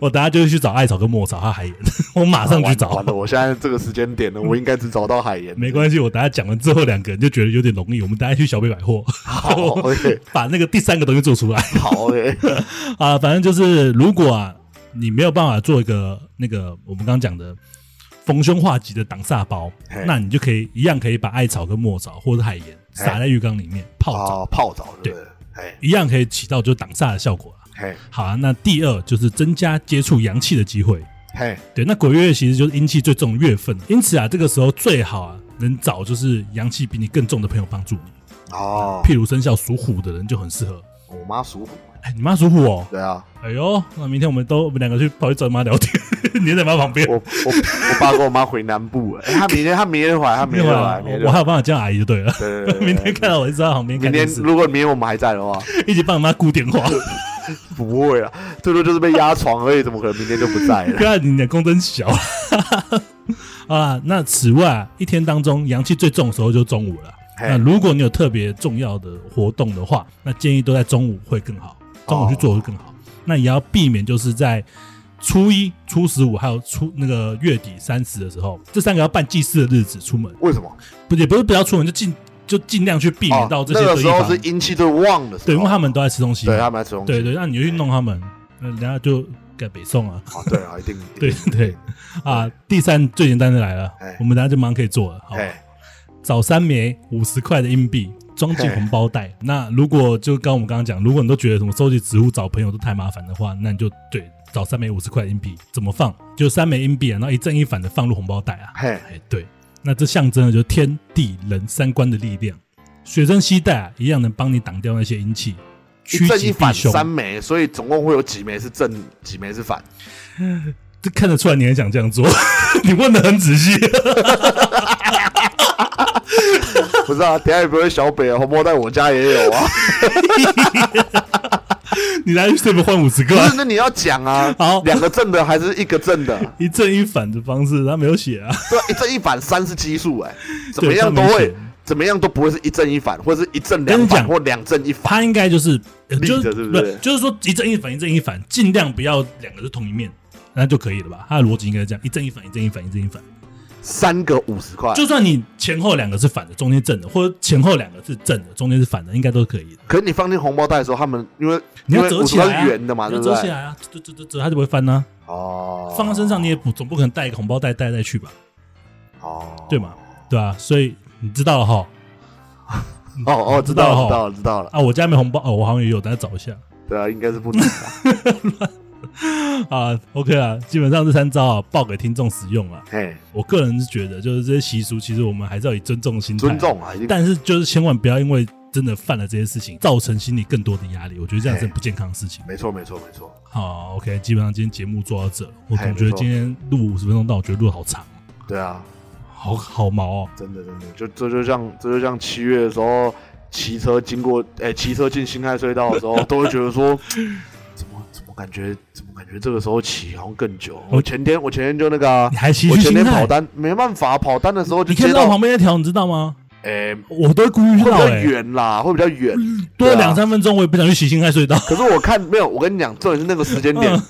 我等下就去找艾草跟墨草，还有海盐，我马上去
完
找
完。了，我现在这个时间点呢，我应该只找到海盐。
没关系，我等下讲完之后，两个人就觉得有点容易。我们等下去小北百货， (laughs)
好，OK，
把那个第三个东西做出来
好，OK，
(laughs) 啊。反正就是，如果啊你没有办法做一个那个我们刚刚讲的逢凶化吉的挡煞包
嘿，
那你就可以一样可以把艾草跟墨草或者海盐
嘿
撒在浴缸里面泡澡，
哦，泡澡对不对？哎
一样可以起到就挡煞的效果啦
嘿
好啊，那第二就是增加接触阳气的机会。
嘿，
对，那鬼月其实就是阴气最重的月份，因此啊，这个时候最好啊能找就是阳气比你更重的朋友帮助你。
哦，
譬如生肖属虎的人就很适合。
我妈属虎，
哎，你妈属虎哦？
对啊，
哎呦，那明天我们都我们两个去跑去找你妈聊天， (laughs) 你在妈旁边
我。我我爸跟我妈回南部，哎，他明天他明天回来，他明天回来，明天回
我
来
还有办法叫阿姨就对了。
对对
(laughs)
对
明天看到我就在旁边
明
看
天
电视，
如果明天我们还在的话， (laughs)
一起帮你妈顾电话。
不会啊，最多就是被压床而已，怎么可能明天就不
(laughs)
在了？
对啊，你的功真小啊。那此外、啊，一天当中阳气最重的时候就是中午了。
嘿
那如果你有特别重要的活动的话，那建议都在中午会更好，中午去做会更好。那也要避免就是在初一、初十五还有初那个月底三十的时候，这三个要办祭祀的日子出门，
为什么？
不也不是不要出门，就尽就尽量去避免到
哦，
这些
那个
地
时
方。
候是阴气最旺的时候，
对，因为他们都在吃东西嘛。
对他们在吃东西，
对对，那你就去弄他们，那人家就给北宋啊。
啊，对啊，一定 (laughs)
对对，啊，第三最简单的来了
哎，
我们等下就马上可以做了。好，
哎，
找三枚五十块的硬币装进红包
哎
袋。那如果就刚我们刚刚讲，如果你都觉得什么收集植物找朋友都太麻烦的话，那你就对找三枚五十块的硬币怎么放？就三枚硬币啊，然后一正一反的放入红包袋啊。
嘿，
哎，对，那这象征的就是天地人三观的力量。水蒸吸带啊，一样能帮你挡掉那些阴气，
一
趋
正
吉
一
避
反
凶。
三枚，所以总共会有几枚是正，几枚是反。 (laughs)
这看得出来你很想这样做， (laughs) 你问的很仔细。
不是啊，等一下也不会小北啊，红包在我家也有
(laughs)
啊。
你来 s t e 换五十
不
个，
是，那你要讲啊，
好
两个正的还是一个正的？
(laughs) 一正一反的方式，他没有写啊。
对啊，一正一反三是奇数，哎，怎么
对
样
他
都
没
会
写，
怎么样都不会是一正一反，或是一正
跟
两
你
反，
讲
或两正一反。
(laughs) 他应该就是，呃
立
就
着是不是
就是说一正一反，一正一反，尽量不要两个是同一面，那就可以了吧？他的逻辑应该是这样：一正一反，一正一反，一正一反。
三个五十块，
就算你前后两个是反的，中间正的，或者前后两个是正的，中间是反的，应该都是可以的。
可是你放进红包袋的时候，他们因为
你要折起来、啊，
因为50块是圆的嘛，
你
对
要
不
折起
对？
来啊，折折折折，它就不会翻呢、
哦，
放在身上你也不总不可能带一个红包袋带带去吧？
哦，
对嘛？对吧、所以你知道了哈。
哦哦，知道了，
知道
知道了，知道了，
(laughs)
啊
啊，我家没红包哦，我好像也有，等下找一下。
对啊，应该是不止啊。
啊，OK 啊，基本上这三招啊，报给听众使用啊。
嘿，
我个人是觉得，就是这些习俗，其实我们还是要以尊重的心态，
尊，重啊，一定
但是就是千万不要因为真的犯了这些事情，造成心理更多的压力。我觉得这样是很不健康的事情。
没错没错没错，
好，OK，基本上今天节目做到这，我
哎
总
没
觉得
错
今天录五十分钟，但我觉得录的好长，
对啊，
好好毛哦。
真的真的，就这就像这就像七月的时候骑车经过，哎、骑车进辛亥隧道
(laughs)
的时候，都会觉得说，怎么怎么感觉怎么感觉这个时候骑好像更久。
我
我前天我前天就那个、啊
你，还骑
我
去
前
心
天跑
态？
单没办法跑单的时候就
你看
接
到
到，
旁边那条，你知道吗？
哎、
我都会故意
会比
绕
较
哎，
远啦，会比较远。
多
对啊
两三分钟，我也不想去骑辛亥
(laughs)
隧道。
可是我看没有，我跟你讲，重点是那个时间点
嗯，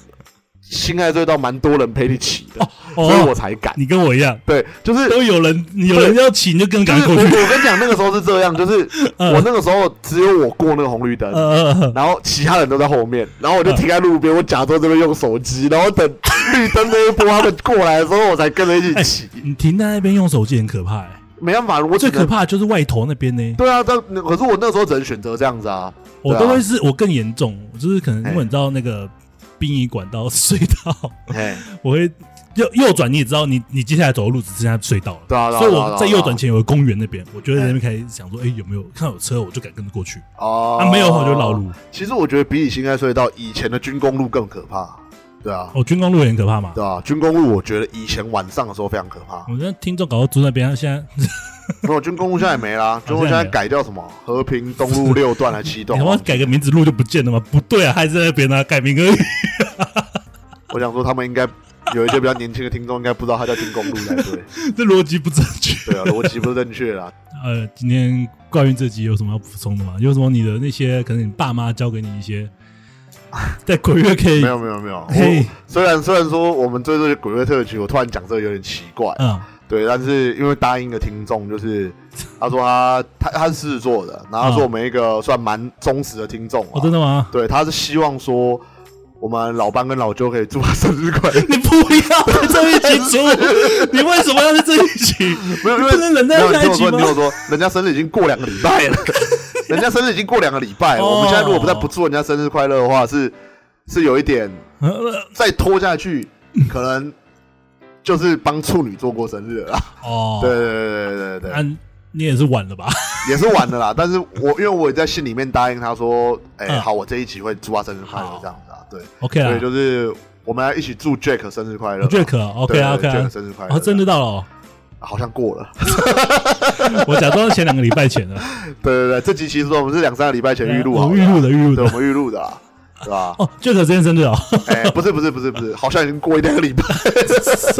辛亥隧道蛮多人陪你骑的，所以我
哦，
才敢。
你跟我一样，
对，就是
都有人，有人要骑你就更
就
赶
是
快
我
过去。
我跟你讲，那个时候是这样，就是
嗯
我那个时候只有我过那个红绿 (laughs) 灯，
呃，呃
然后其他人都在后面，然后我就停在路边，我假装这边用手机，然后等绿灯那一波他们过来的时候，我才跟着一起骑。
你停在那边用手机很可怕哎。
没办法，我只
最
能
可。怕的就是外头那边呢，
对啊，但可是我那时候只能选择这样子啊。
我
对啊
都会是我更严重，就是可能因为你
哎
知道那个殡仪馆到隧道， (laughs)
嘿，
我会右右转，你也知道你你接下来走的路只剩下隧道了。
对啊，对啊
所以
对啊对
我
啊
在右转
对
前有个公园那边，我就在那边开始想说，哎，有没有看到有车，我就敢跟着过去。
啊哦，
啊，没有的话我就绕。路。
其实我觉得比起辛亥隧道，以前的军工路更可怕。对啊，
哦，军工路也很可怕嘛。
对啊，军工路我觉得以前晚上的时候非常可怕。
我觉得听众搞到住那边，现在
没有军工路现在也没
(laughs)
啦，军工路现在改叫什么和平东路六段还七段
你 (laughs) 他？妈改个名字路就不见了吗？不对啊，还在那边呢，改名而已。 (laughs)
我想说他们应该有一些比较年轻的听众应该不知道它叫军工路才
(laughs)
对。
这逻辑不正确。
对啊，逻辑不正确啦。
呃，今天关于这集有什么要补充的吗？有什么你的那些可能你爸妈教给你一些，在鬼月可以
没有没有没有，
(laughs) 嘿
我虽然虽然说我们最这鬼月特辑，我突然讲这个有点奇怪，
嗯
对，但是因为答应的听
(laughs)
众就是他说他他他是狮子座的，然后
嗯
他说我们一个算蛮忠实的听众
哦
啊
真，的吗？
对，他是希望说我们老班跟老舅可以祝他生日快乐，
(laughs) 你不要在这一集出，你为什么要在这一集？
没有因
不
为
能忍
没
耐
有，你
下
听
一
我
集
说，你听我
吗？
说，人家生日已经过两个礼
(laughs)
拜了，人家生日已经过两个礼拜
哦
了。我们现在如果不再不祝人家生日快乐的话，是是有一点
呃
再拖下去，
嗯
可能就是帮处女座过生日了啦。
(laughs) 哦，啊
对，对对对对对对，
那你也是晚了吧？
也是晚了啦。但是我因为我也在信里面答应他说，哎，
嗯
好，我这一集会祝他生日快乐
好
这样子啊。对，
OK
所以
啊
就是我们要一起祝 Jack 生日快乐。
，Jack 啊 OK 啊 OK
对对对
啊
Jack，生日快乐。
哦，真的到了哦，
好像过了。 (laughs)
我假装前两个礼拜前了，
对对对，这集其实我们是两三个礼拜前预录好
我
的
预
啦
录的预录
对，
的
我。们预录的啦，对吧？
(laughs) 哦，Jack 今天生日哦， (laughs)
哎，不是不是不是不是，好像已经过一两个礼拜。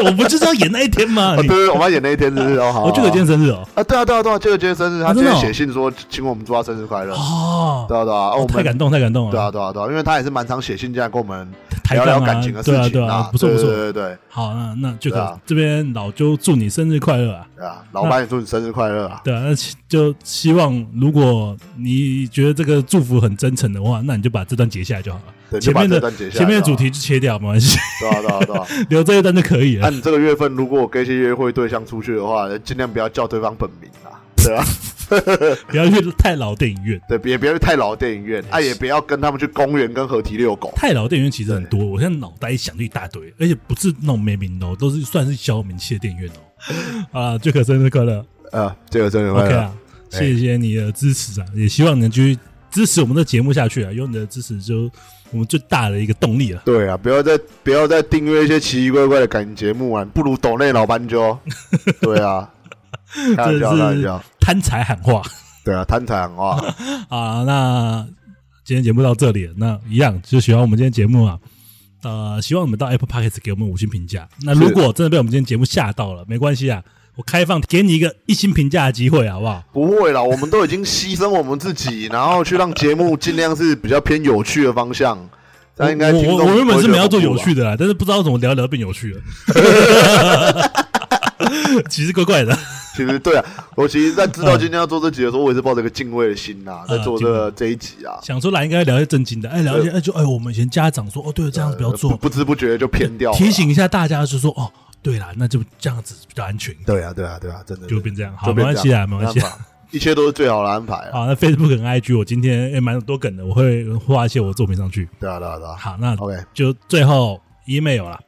我不就是要演那一天吗？
哦对
你
对，我们要演那一天是不是？哦，好。
哦，Jack 今天生日哦，
啊，对啊对啊对啊，这个今天生日，他
啊
今
真的
天
哦
写信说请我们祝他生日快乐。
哦，
对啊对啊，啊我
太
们
感动太感动了，
对啊对啊对啊，因为他也是蛮常写信这样跟我们
抬
聊
杠
聊
啊
感情的事
对啊
情
对啊
啊，，
不错不错
对。对对对
好，那那就
对啊
这边老周祝你生日快乐啊！
对啊，老板也祝你生日快乐啊。
对啊，那希就希望如果你觉得这个祝福很真诚的话，那你就把这段截下来就好了。
对，就
前
把
面
这
的
段截下来
前面的主
就好
题就切掉，没关
(laughs)
系，
对啊对啊对啊。
留这一段就可以
(laughs) 那
了。
啊你这个月份如果跟一些约会对象出去的话，尽量不要叫对方本名啊，对啊。
不要去太老电影院，
对，别别去太老的电影院，啊，也不要跟他们去公园跟河堤遛狗。
太老电影院其实很多，我现在脑袋一想就一大堆，而且不是那种没名的哦，都是算是小有名气的电影院哦。啊，就可生日快乐
呃，这个真的会
，OK 啊，
哎
谢谢你的支持啊，也希望你能继续支持我们的节目下去啊，有你的支持就我们最大的一个动力了。
对啊，不要再不要再订阅一些奇奇怪怪的感情节目啊，不如抖内老斑鸠。对 (laughs) 啊，开玩笑，开玩笑，
贪财喊话 (laughs)
对啊，贪财喊话，
啊！那今天节目到这里了，那一样就喜欢我们今天节目啊。呃，希望你们到 Apple Podcast 给我们五星评价。那如果真的被我们今天节目吓到了，没关系啊，我开放给你一个一星评价的机会，好不好？
不会啦，我们都已经牺牲我们自己，然后去让节目尽量是比较偏有趣的方向。那应该
我
听众
我我原本是没有要做有趣
的，
的啦，但是不知道怎么聊聊变有
(laughs)
趣了， (laughs) 其实怪怪的。
其实对啊，我其实在知
嗯
道今天要做这集的时候，我也是抱着一个敬畏的心呐、在做这个这一集啊。
想说来应该聊一些正经的，哎，聊一些哎就哎，我们以前家长说哦，对，这样子不要
呃不
做，
呃不知不觉就偏掉了。啊
提醒一下大家，就说哦，对啦，那就这样子比较安全。
对啊，对啊，对啊，真的
就
真的
变这样，好，
就
没
变
关
这
系啊，
样
没关系啊。
办法一切都是最好的安排啊！
好，那 Facebook 跟 IG，我今哎天也蛮多梗的，我会画一些我的作品上去。
对啊，对啊，对啊。
好，那
，OK，
就最后 email 啦。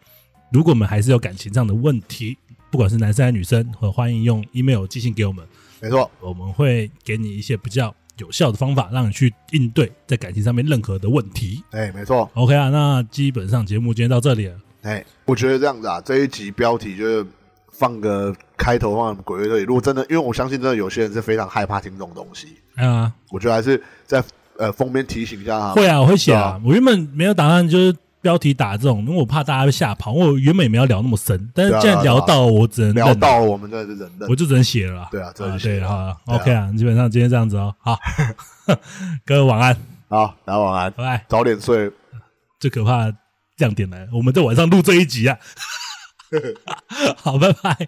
如果我们还是有感情上的问题，不管是男生还是女生，呃欢迎用 email 寄信给我们，
没错，
我们会给你一些比较有效的方法，让你去应对在感情上面任何的问题。
哎，没错，
OK 啊，那基本上节目今天到这里了。
哎，我觉得这样子啊，这一集标题就是放个开头放个鬼乐队。如果真的，因为我相信真的有些人是非常害怕听这种东西，
啊，
我觉得还是在呃封面提醒一下他们。
会啊，我会写
对
啊
啊。
我原本没有打算就是标题打这种，因为我怕大家被吓跑。我原本也没有聊那么深，但是
对啊啊
既然聊到，我只能
聊
认了，
到了我们真的是人的
我就只能写了啦。
对啊只能
啊
写
对
了
啊。
对啊
OK 啊，基本上今天这样子哦。好， (laughs) 各位晚安，
好，大家晚安，
拜拜。
早点睡，
最可
(laughs)
怕的亮点来了，我们在晚上录这一集啊。好，拜拜。